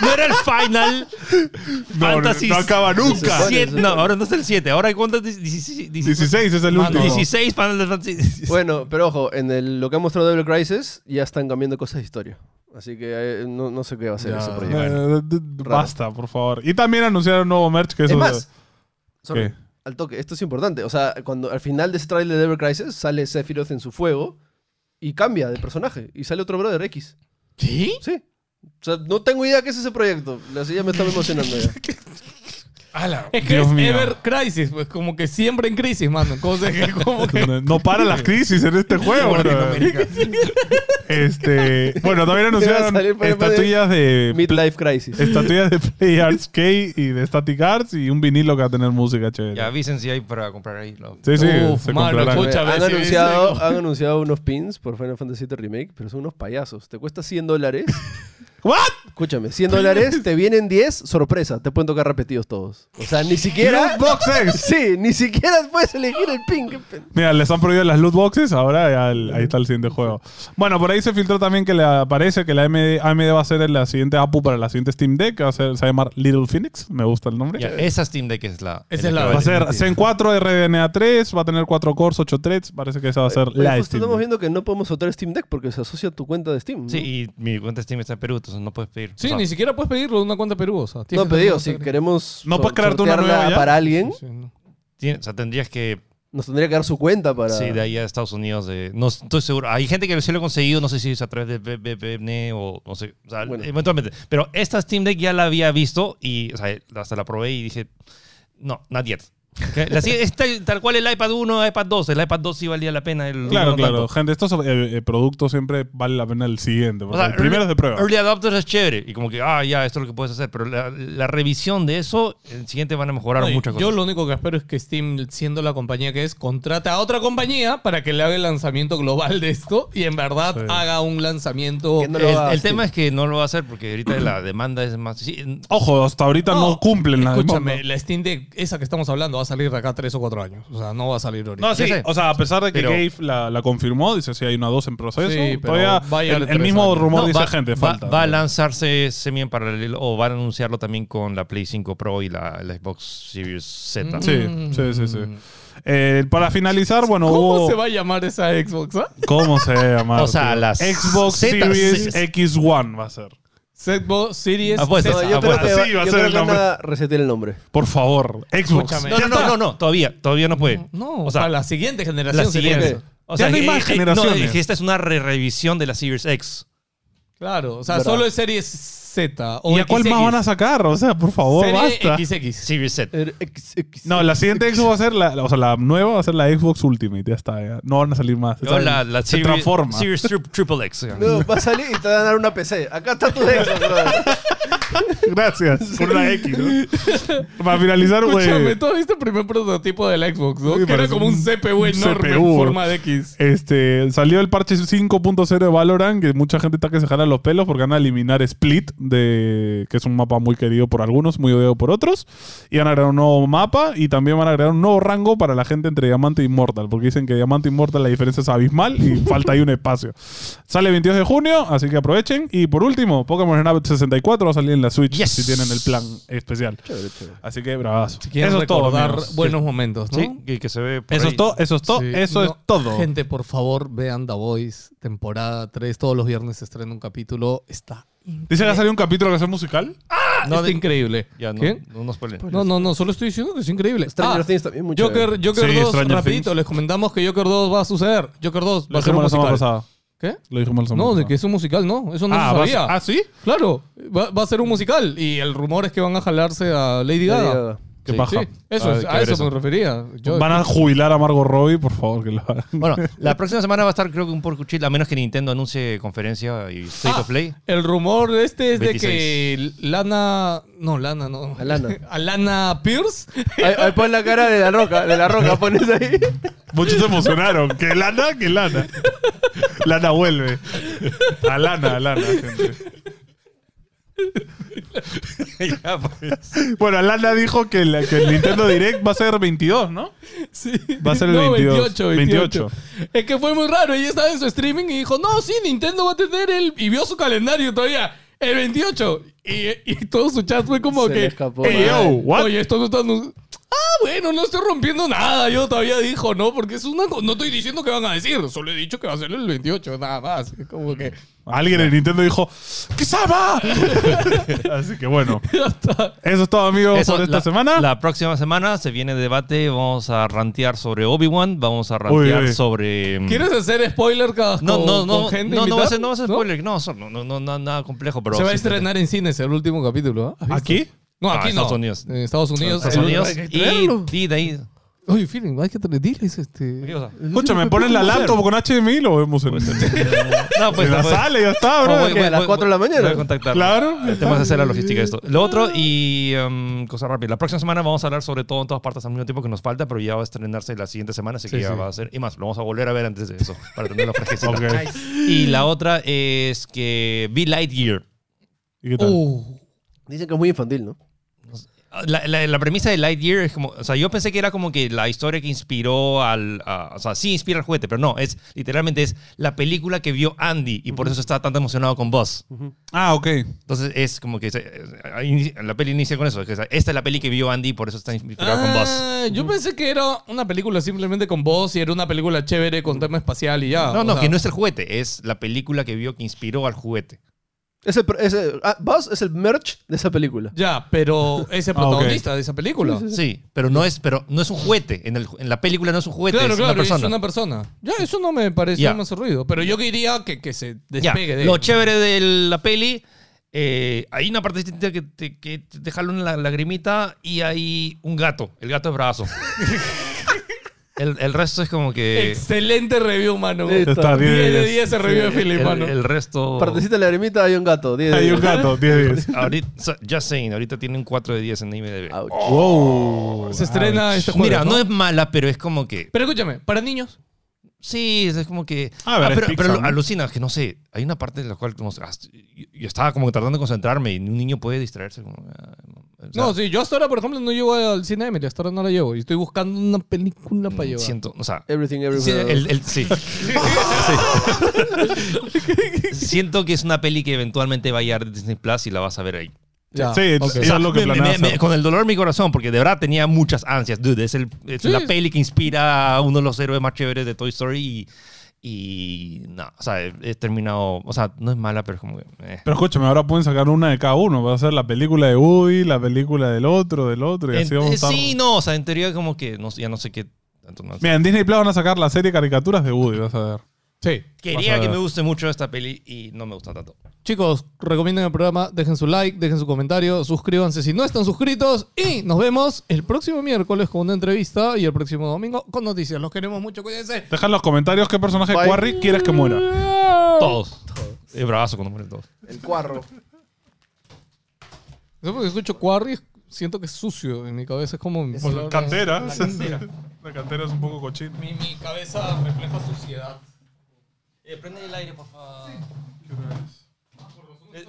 Speaker 3: no era el final.
Speaker 4: No, no,
Speaker 3: Fantasy
Speaker 4: no acaba nunca.
Speaker 2: Sí.
Speaker 3: siete- no, ahora no es el 7, ahora cuántas 16,
Speaker 4: 16 es el
Speaker 1: Mano.
Speaker 4: último.
Speaker 3: 16 Ah, Final Fantasy.
Speaker 2: Bueno, pero ojo, en el- lo que ha mostrado Ever Crisis ya están cambiando cosas de historia. Así que eh, no, no sé qué va a ser
Speaker 1: Ya,
Speaker 2: ese
Speaker 4: Eh,
Speaker 2: proyecto.
Speaker 4: d- d- Basta, por favor. Y también anunciaron un nuevo merch que eso.
Speaker 2: Es más, sorry,
Speaker 4: ¿Qué?
Speaker 2: al toque, esto es importante. O sea, cuando al final de ese trailer de Ever Crisis sale Sephiroth en su fuego y cambia de personaje y sale otro brother X.
Speaker 1: ¿Sí?
Speaker 2: Sí. O sea, no tengo idea qué es ese proyecto. La silla me estaba emocionando ya.
Speaker 1: Es que
Speaker 4: Dios
Speaker 1: es
Speaker 4: mío.
Speaker 1: Ever Crisis, pues como que siempre en crisis, mano. Cosa que como que.
Speaker 4: No para las crisis en este juego. bro. este, bueno, también anunciaron
Speaker 2: salir por el
Speaker 4: estatuillas de
Speaker 2: Midlife Crisis.
Speaker 4: estatuillas de Play Arts K y de Static Arts y un vinilo que va a tener música chévere.
Speaker 3: Ya avisen si hay para comprar ahí. lo-
Speaker 4: Sí, sí,
Speaker 1: Uf,
Speaker 4: se
Speaker 1: mano,
Speaker 4: comprarán.
Speaker 1: escucha. Muchas
Speaker 2: Eh, han,
Speaker 1: veces
Speaker 2: anunciado,
Speaker 1: digo.
Speaker 2: han anunciado unos pins por Final Fantasy VII Remake, pero son unos payasos. Te cuesta 100 dólares.
Speaker 4: ¿What?
Speaker 2: Escúchame, 100 dólares, te vienen 10, sorpresa, te pueden tocar repetidos todos. O sea, ni siquiera...
Speaker 4: Loot boxes.
Speaker 2: Sí, ni siquiera puedes elegir el pin. qué pena.
Speaker 4: Mira, les han prohibido las loot boxes, ahora ya el- ahí está el siguiente juego. Bueno, por ahí se filtró también que le aparece que la AMD, AMD va a ser la siguiente APU para la siguiente Steam Deck, que va a ser, se va a llamar Little Phoenix, me gusta el nombre.
Speaker 3: Ya, esa Steam Deck es la.
Speaker 1: Esa es la-
Speaker 3: que
Speaker 4: Va a
Speaker 3: vale.
Speaker 4: ser Zen 4, RDNA 3, va a tener 4 cores, 8 threads, parece que esa va a ser
Speaker 2: Oye,
Speaker 4: la
Speaker 2: justo
Speaker 4: Steam
Speaker 2: estamos
Speaker 4: Deck.
Speaker 2: viendo que no podemos soltar Steam Deck porque se asocia a tu cuenta de Steam. ¿no?
Speaker 3: Sí, y mi cuenta Steam está en Perú, entonces no puedes pedir.
Speaker 1: Sí,
Speaker 3: O sea,
Speaker 1: ni siquiera puedes pedirlo de una cuenta Perú. O sea, tienes
Speaker 2: No,
Speaker 1: que
Speaker 2: pero digo,
Speaker 1: tener
Speaker 2: si
Speaker 1: una
Speaker 2: queremos
Speaker 4: ¿No puedes crearte una
Speaker 2: sortearla
Speaker 4: nueva ya?
Speaker 2: para alguien,
Speaker 1: Sí, no.
Speaker 3: tiene- o sea, tendrías que.
Speaker 2: nos tendría que dar su cuenta para...
Speaker 3: Sí, de ahí a Estados Unidos. de- no estoy seguro. Hay gente que sí lo ha conseguido, no sé si es a través de BBN o no sé. O sea,
Speaker 2: Bueno.
Speaker 3: eventualmente. Pero esta Steam Deck ya la había visto y o sea, hasta la probé y dije, no, not yet. Ok, La, sigue- es tal, tal cual el iPad 1, iPad 2. El iPad 2 sí valía la pena. El
Speaker 4: Claro,
Speaker 3: no
Speaker 4: claro.
Speaker 3: tanto.
Speaker 4: Gente, estos eh, eh, productos siempre vale la pena el siguiente.
Speaker 3: O
Speaker 4: porque
Speaker 3: sea,
Speaker 4: el primero es de prueba.
Speaker 3: Early Adopters es chévere. Y como que, ah, ya, esto es lo que puedes hacer. Pero la, la revisión de eso, el siguiente van a mejorar
Speaker 1: Oye,
Speaker 3: muchas cosas.
Speaker 1: Yo lo único que espero es que Steam, siendo la compañía que es, contrata a otra compañía para que le haga el lanzamiento global de esto y en verdad
Speaker 4: Sí.
Speaker 1: haga un lanzamiento.
Speaker 2: Que no
Speaker 3: el,
Speaker 2: lo hagas,
Speaker 3: el
Speaker 2: tío.
Speaker 3: tema es que no lo va a hacer porque ahorita la demanda es más. sí,
Speaker 4: Ojo, hasta ahorita no,
Speaker 1: No,
Speaker 4: cumplen la
Speaker 1: Escúchame,
Speaker 4: demanda.
Speaker 1: la Steam Deck, esa que estamos hablando, va a salir de acá tres o cuatro años. O sea, no va a salir ahorita.
Speaker 4: No, sí,
Speaker 3: Ya sé.
Speaker 4: o sea, a pesar de que
Speaker 3: Pero-
Speaker 4: Gabe la, la confirmó, dice si hay una 2 en proceso,
Speaker 1: Sí, pero
Speaker 4: todavía
Speaker 1: va a llegar en
Speaker 4: el, el
Speaker 1: tres
Speaker 4: mismo
Speaker 1: años.
Speaker 4: rumor
Speaker 3: No,
Speaker 4: dice
Speaker 3: va,
Speaker 4: gente,
Speaker 3: va-
Speaker 4: falta.
Speaker 3: va a lanzarse semi en paralelo o van a anunciarlo también con la Play 5 Pro y la, la Xbox Series Z.
Speaker 4: Sí, sí, sí, sí. Eh, para
Speaker 3: Mm.
Speaker 4: finalizar, bueno,
Speaker 1: ¿Cómo
Speaker 4: hubo...
Speaker 1: se va a llamar esa Xbox? ah?
Speaker 4: ¿Cómo se llama?
Speaker 3: O sea,
Speaker 4: tío?
Speaker 3: las
Speaker 4: Xbox
Speaker 3: Z,
Speaker 4: Series
Speaker 3: sí.
Speaker 4: X1 va a ser.
Speaker 1: Xbox Series.
Speaker 4: pues,
Speaker 3: Apuesta.
Speaker 1: Z.
Speaker 2: No, yo
Speaker 3: Ah,
Speaker 2: creo
Speaker 3: bueno,
Speaker 2: que
Speaker 4: sí, va a
Speaker 2: yo
Speaker 4: ser
Speaker 2: creo
Speaker 4: el
Speaker 2: que van
Speaker 4: nombre.
Speaker 2: a resetear el nombre.
Speaker 4: Por favor, Xbox.
Speaker 1: Escúchame.
Speaker 3: No, no, no, no, no, todavía, todavía no puede.
Speaker 1: No,
Speaker 3: o sea,
Speaker 1: para la siguiente
Speaker 3: la
Speaker 1: generación. sería
Speaker 3: siguiente.
Speaker 1: eso.
Speaker 3: O
Speaker 4: Ya no hay
Speaker 3: que-
Speaker 4: más
Speaker 3: eh, eh,
Speaker 4: generaciones.
Speaker 3: no, es que esta es una re-revisión de la Series X.
Speaker 1: Claro, o sea,
Speaker 2: Verdad.
Speaker 1: solo es Series Z. O
Speaker 4: ¿Y a cuál
Speaker 1: XX.
Speaker 4: más van a sacar? O sea, por favor, basta.
Speaker 1: Serie XX.
Speaker 3: Series Z.
Speaker 2: Er, ex, ex,
Speaker 4: No, la siguiente Xbox va a ser la, la- o sea, la nueva va a ser la Xbox Ultimate, ya está, ya. no van a salir más.
Speaker 3: Luego
Speaker 4: Está
Speaker 3: la,
Speaker 4: bien.
Speaker 3: la
Speaker 4: se
Speaker 3: Series,
Speaker 4: transforma.
Speaker 3: Series tri- Triple X.
Speaker 2: No, va a salir y te van a dar una PC. Acá está tu Xbox, brother.
Speaker 4: Gracias por la X. ¿no? Para finalizar,
Speaker 1: Escúchame,
Speaker 4: güey,
Speaker 1: ¿tú has visto el primer prototipo del Xbox, no?
Speaker 4: Sí,
Speaker 1: que era
Speaker 4: parece
Speaker 1: como
Speaker 4: un
Speaker 1: un CPU enorme
Speaker 4: CPU.
Speaker 1: en forma de X.
Speaker 4: este, salió el parche 5.0 de Valorant, que mucha gente está que se jala los pelos porque van a eliminar Split, de, que es un mapa muy querido por algunos, muy odiado por otros, y van a agregar un nuevo mapa y también van a agregar un nuevo rango para la gente entre Diamante y Mortal, porque dicen que Diamante y Mortal la diferencia es abismal y falta ahí un espacio. Sale 22 de junio, así que aprovechen. Y por último, Pokémon Snap 64 va a salir en la Switch
Speaker 3: Yes.
Speaker 4: si tienen el plan especial.
Speaker 2: Chévere, chévere.
Speaker 4: Así que bravazo.
Speaker 1: Si quieren
Speaker 4: Eso es todo.
Speaker 1: recordar
Speaker 4: amigos.
Speaker 1: buenos momentos, ¿no?
Speaker 3: Sí, que, que se ve por
Speaker 4: Eso
Speaker 3: ahí.
Speaker 4: es todo, eso es todo,
Speaker 1: Sí,
Speaker 4: eso
Speaker 1: no,
Speaker 4: es todo.
Speaker 1: Gente, por favor, vean The Voice, temporada 3. Todos los viernes se estrena un capítulo. Está, ah,
Speaker 4: Dice que va a salir un capítulo que va a ser musical.
Speaker 3: no,
Speaker 1: está
Speaker 3: de-
Speaker 1: increíble.
Speaker 3: Ya, no,
Speaker 1: ¿Quién?
Speaker 3: no nos spoilen.
Speaker 1: No, no, no, solo estoy diciendo que es increíble.
Speaker 2: Pues Stranger
Speaker 1: Ah,
Speaker 2: Things también muy chévere.
Speaker 1: Joker, Joker
Speaker 4: Sí,
Speaker 1: 2,
Speaker 4: Stranger
Speaker 1: rapidito,
Speaker 4: Things.
Speaker 1: les comentamos que Joker 2 va a suceder. Joker 2 va
Speaker 4: Lo
Speaker 1: a ser un
Speaker 4: dijimos la semana
Speaker 1: musical.
Speaker 4: pasada.
Speaker 1: ¿Qué?
Speaker 4: Lo dijimos la semana
Speaker 1: No,
Speaker 4: pasada.
Speaker 1: de que es un musical, no. Eso no
Speaker 4: ah,
Speaker 1: se
Speaker 4: va a
Speaker 1: sabía.
Speaker 4: ser- ah, sí.
Speaker 1: Claro, va, va a ser un musical y el rumor es que van a jalarse a Lady
Speaker 2: Lady
Speaker 1: Gaga.
Speaker 2: Gaga.
Speaker 3: Sí,
Speaker 4: Qué
Speaker 1: Sí,
Speaker 4: paja.
Speaker 1: eso,
Speaker 3: Ah,
Speaker 1: es-
Speaker 3: qué
Speaker 1: a eso
Speaker 3: pereza.
Speaker 1: me refería. Yo-
Speaker 4: Van a jubilar a Margot Robbie, por favor, que lo hagan.
Speaker 3: Bueno, la próxima semana va a estar creo que un porco chill, a menos que Nintendo anuncie conferencia y State
Speaker 1: Ah,
Speaker 3: of Play.
Speaker 1: El rumor este es
Speaker 3: 26.
Speaker 1: de que Lana. No, Lana, no.
Speaker 2: Alana.
Speaker 1: Alana Pierce.
Speaker 2: Ahí, ahí pon la cara de la roca, de la roca pones ahí.
Speaker 4: Muchos se emocionaron. Que lana, que lana. Lana vuelve. A lana, a lana, gente.
Speaker 3: Ya, pues.
Speaker 4: Bueno, Alana dijo que, la- que el Nintendo Direct va a ser 22, ¿no?
Speaker 1: Sí.
Speaker 4: Va a ser el
Speaker 1: 28,
Speaker 4: 28,
Speaker 1: 28. Es que fue muy raro. Ella estaba en su streaming y dijo, no, sí, Nintendo va a tener el... Y vio su calendario todavía. El 28. Y, y todo su chat fue como
Speaker 2: Se
Speaker 1: que...
Speaker 2: le escapó,
Speaker 1: "Ey,
Speaker 4: man.
Speaker 1: yo,
Speaker 4: What?
Speaker 1: Oye, esto no está... no- Ah, bueno, no estoy rompiendo nada. Yo todavía dijo, no, porque es una... co- No estoy diciendo que van a decir. Solo he dicho que va a ser el 28, nada más. Es como que...
Speaker 4: Alguien en Nintendo dijo, ¡Qué sama! Así que bueno,
Speaker 1: ya está.
Speaker 4: eso es todo, amigos,
Speaker 3: Eso,
Speaker 4: por esta
Speaker 3: la-
Speaker 4: semana.
Speaker 3: La próxima semana se viene debate, vamos a rantear sobre Obi-Wan, vamos a rantear
Speaker 4: Uy, uy.
Speaker 3: sobre... mm,
Speaker 1: ¿Quieres hacer spoiler cada
Speaker 3: No,
Speaker 1: con,
Speaker 3: no, no,
Speaker 1: con gente
Speaker 3: no, no va
Speaker 1: invitada?
Speaker 3: a ser, no va a ser spoiler, no, so- no, no, no, no, nada complejo, pero...
Speaker 1: Se va a
Speaker 3: sí,
Speaker 1: estrenar en cines el último capítulo. ¿ah? ¿Has visto?
Speaker 4: ¿Aquí?
Speaker 1: No,
Speaker 3: Ah,
Speaker 1: aquí no.
Speaker 3: Estados Unidos.
Speaker 1: En Estados Unidos.
Speaker 3: Estados
Speaker 1: el-
Speaker 3: Unidos
Speaker 2: hay que traerlo.
Speaker 3: y, y de ahí...
Speaker 1: Oye, Feeling, hay que te diles
Speaker 3: ¿Qué
Speaker 1: este.
Speaker 3: cosa?
Speaker 4: Escúchame, ponen la laptop con HDMI y lo vemos en.
Speaker 3: No, pues...
Speaker 4: en la
Speaker 3: pues-
Speaker 4: sale, ya está, bro.
Speaker 3: no, voy-
Speaker 2: ¿Qué, a
Speaker 3: voy-
Speaker 2: las
Speaker 3: voy-
Speaker 2: cuatro de la mañana?
Speaker 3: Voy a contactar.
Speaker 4: Claro.
Speaker 3: Tenemos que hacer la logística de esto. Lo otro, y em, cosa rápida. La próxima semana vamos a hablar sobre todo en todas partes al mismo tiempo que nos falta, pero ya va a estrenarse la siguiente semana, así
Speaker 1: Sí,
Speaker 3: que ya
Speaker 1: sí.
Speaker 3: va a ser. Y más, lo vamos a volver a ver antes de eso, para tenerlo fresquecito.
Speaker 4: Ok.
Speaker 3: Y la otra es que vi Lightyear.
Speaker 4: ¿Y qué tal?
Speaker 1: Uh,
Speaker 2: Dicen que es muy infantil, ¿no?
Speaker 3: La, la- la premisa de Lightyear es como, o sea, yo pensé que era como que la historia que inspiró al, a- o sea, sí inspira al juguete, pero no, es literalmente es la película que vio Andy y por eso está tan emocionado con Buzz.
Speaker 4: Ah, ok.
Speaker 3: Entonces es como que se- eh, in- la peli inicia con eso. que esa- esta es la peli que vio Andy, por eso está inspirada con Buzz.
Speaker 1: ah, yo pensé que era una película simplemente con voz y era una película chévere con tema espacial y ya.
Speaker 3: No,
Speaker 1: Ah, o
Speaker 3: no,
Speaker 1: sea,
Speaker 3: que no es el juguete, es la película que vio que inspiró al juguete.
Speaker 2: Ese, pr- ese, ah, Buzz es el merch de esa película.
Speaker 1: Ya, pero es el
Speaker 4: Ah, ok.
Speaker 1: protagonista de esa película.
Speaker 3: Sí, pero no es, pero no es un juguete. En, el- en la película no es un juguete,
Speaker 1: Claro,
Speaker 3: es
Speaker 1: claro,
Speaker 3: una persona.
Speaker 1: es una persona. Ya, eso no me pareció
Speaker 3: Ya.
Speaker 1: más ruido. Pero yo quería que, que se
Speaker 3: Ya,
Speaker 1: despegue de
Speaker 3: Lo chévere de la peli, eh, hay una parte distinta que te, que te deja una lagrimita y hay un gato. El gato es brazo. el, el resto es como que...
Speaker 1: Excelente review, mano.
Speaker 2: Sí,
Speaker 1: 10
Speaker 4: Está 10
Speaker 1: de
Speaker 4: de 10.
Speaker 1: 10 se review de Philip,
Speaker 3: el,
Speaker 1: mano.
Speaker 3: el
Speaker 1: Oh.
Speaker 3: resto...
Speaker 2: Partecita de la ermita hay un gato. 10 de
Speaker 4: Hay un
Speaker 2: 10.
Speaker 4: gato, 10 de 10.
Speaker 3: Ahorita, so- just saying, ahorita tiene un 4 de 10 en IMDb.
Speaker 2: Ouch.
Speaker 4: Wow.
Speaker 1: Se estrena
Speaker 4: Ouch.
Speaker 1: este jueves.
Speaker 3: Ah, Mira, no es mala, pero es como que...
Speaker 1: Pero escúchame, para niños.
Speaker 3: Sí, es como que... ah,
Speaker 4: A ver, es
Speaker 3: pero,
Speaker 4: Pixar,
Speaker 3: pero
Speaker 4: ¿no?
Speaker 3: alucina, que no sé. Hay una parte en la cual como, ah, yo, yo estaba como tratando de concentrarme y un niño puede distraerse. como, ah, o sea,
Speaker 1: No, sí, yo hasta ahora, por ejemplo, no llevo al cine de Emily, hasta ahora no la llevo. Y estoy buscando una película para llevar.
Speaker 3: Mm, Siento, o sea,
Speaker 2: Everything,
Speaker 3: Sí,
Speaker 2: everywhere.
Speaker 3: el- el- sí. Sí. Siento que es una peli que eventualmente va a llegar a Disney Plus y la vas a ver ahí.
Speaker 1: Ya,
Speaker 4: Sí,
Speaker 1: ok.
Speaker 4: Eso es lo que
Speaker 3: me-
Speaker 4: planeaba
Speaker 3: me- me-
Speaker 4: hacer.
Speaker 3: con el dolor en mi corazón, porque de verdad tenía muchas ansias, dude. Es, el, es
Speaker 1: Sí.
Speaker 3: la peli que inspira a uno de los héroes más chéveres de Toy Story y. y no, o sea, he, he terminado. O sea, no es mala, pero es como que. eh.
Speaker 4: Pero escúchame, ahora pueden sacar una de cada uno. Va a ser la película de Woody, la película del otro, del otro, y así
Speaker 3: En-
Speaker 4: vamos a
Speaker 3: eh,
Speaker 4: estar.
Speaker 3: sí, no, o sea, en teoría, como que no, ya no sé qué. tanto no-
Speaker 4: Mira, en Disney Plus van a sacar la serie de caricaturas de Woody, vas a ver.
Speaker 1: Sí.
Speaker 4: vas
Speaker 3: Quería
Speaker 4: a
Speaker 3: que
Speaker 4: ver.
Speaker 3: me guste mucho esta peli y no me gusta tanto.
Speaker 1: Chicos, recomienden el programa, dejen su like, dejen su comentario, suscríbanse si no están suscritos y nos vemos el próximo miércoles con una entrevista y el próximo domingo con noticias. Los queremos mucho, cuídense.
Speaker 4: Deja en los comentarios qué personaje de
Speaker 2: Bye.
Speaker 4: Quarry quieres que muera.
Speaker 3: Todos. Es bravazo cuando mueren todos.
Speaker 2: el cuarro.
Speaker 1: Yo porque escucho Quarry, siento que es sucio en mi cabeza, es como... mi palabra-
Speaker 4: Cantera. La cantera es un poco cochina.
Speaker 1: Mi, mi cabeza refleja suciedad.
Speaker 3: Eh, prende el aire, por favor. Eh,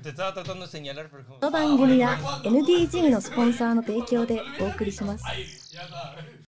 Speaker 3: te estaba tratando de señalar, pero...
Speaker 5: この番組は NDG のスポンサーの提供でお送りします。
Speaker 1: Ya está.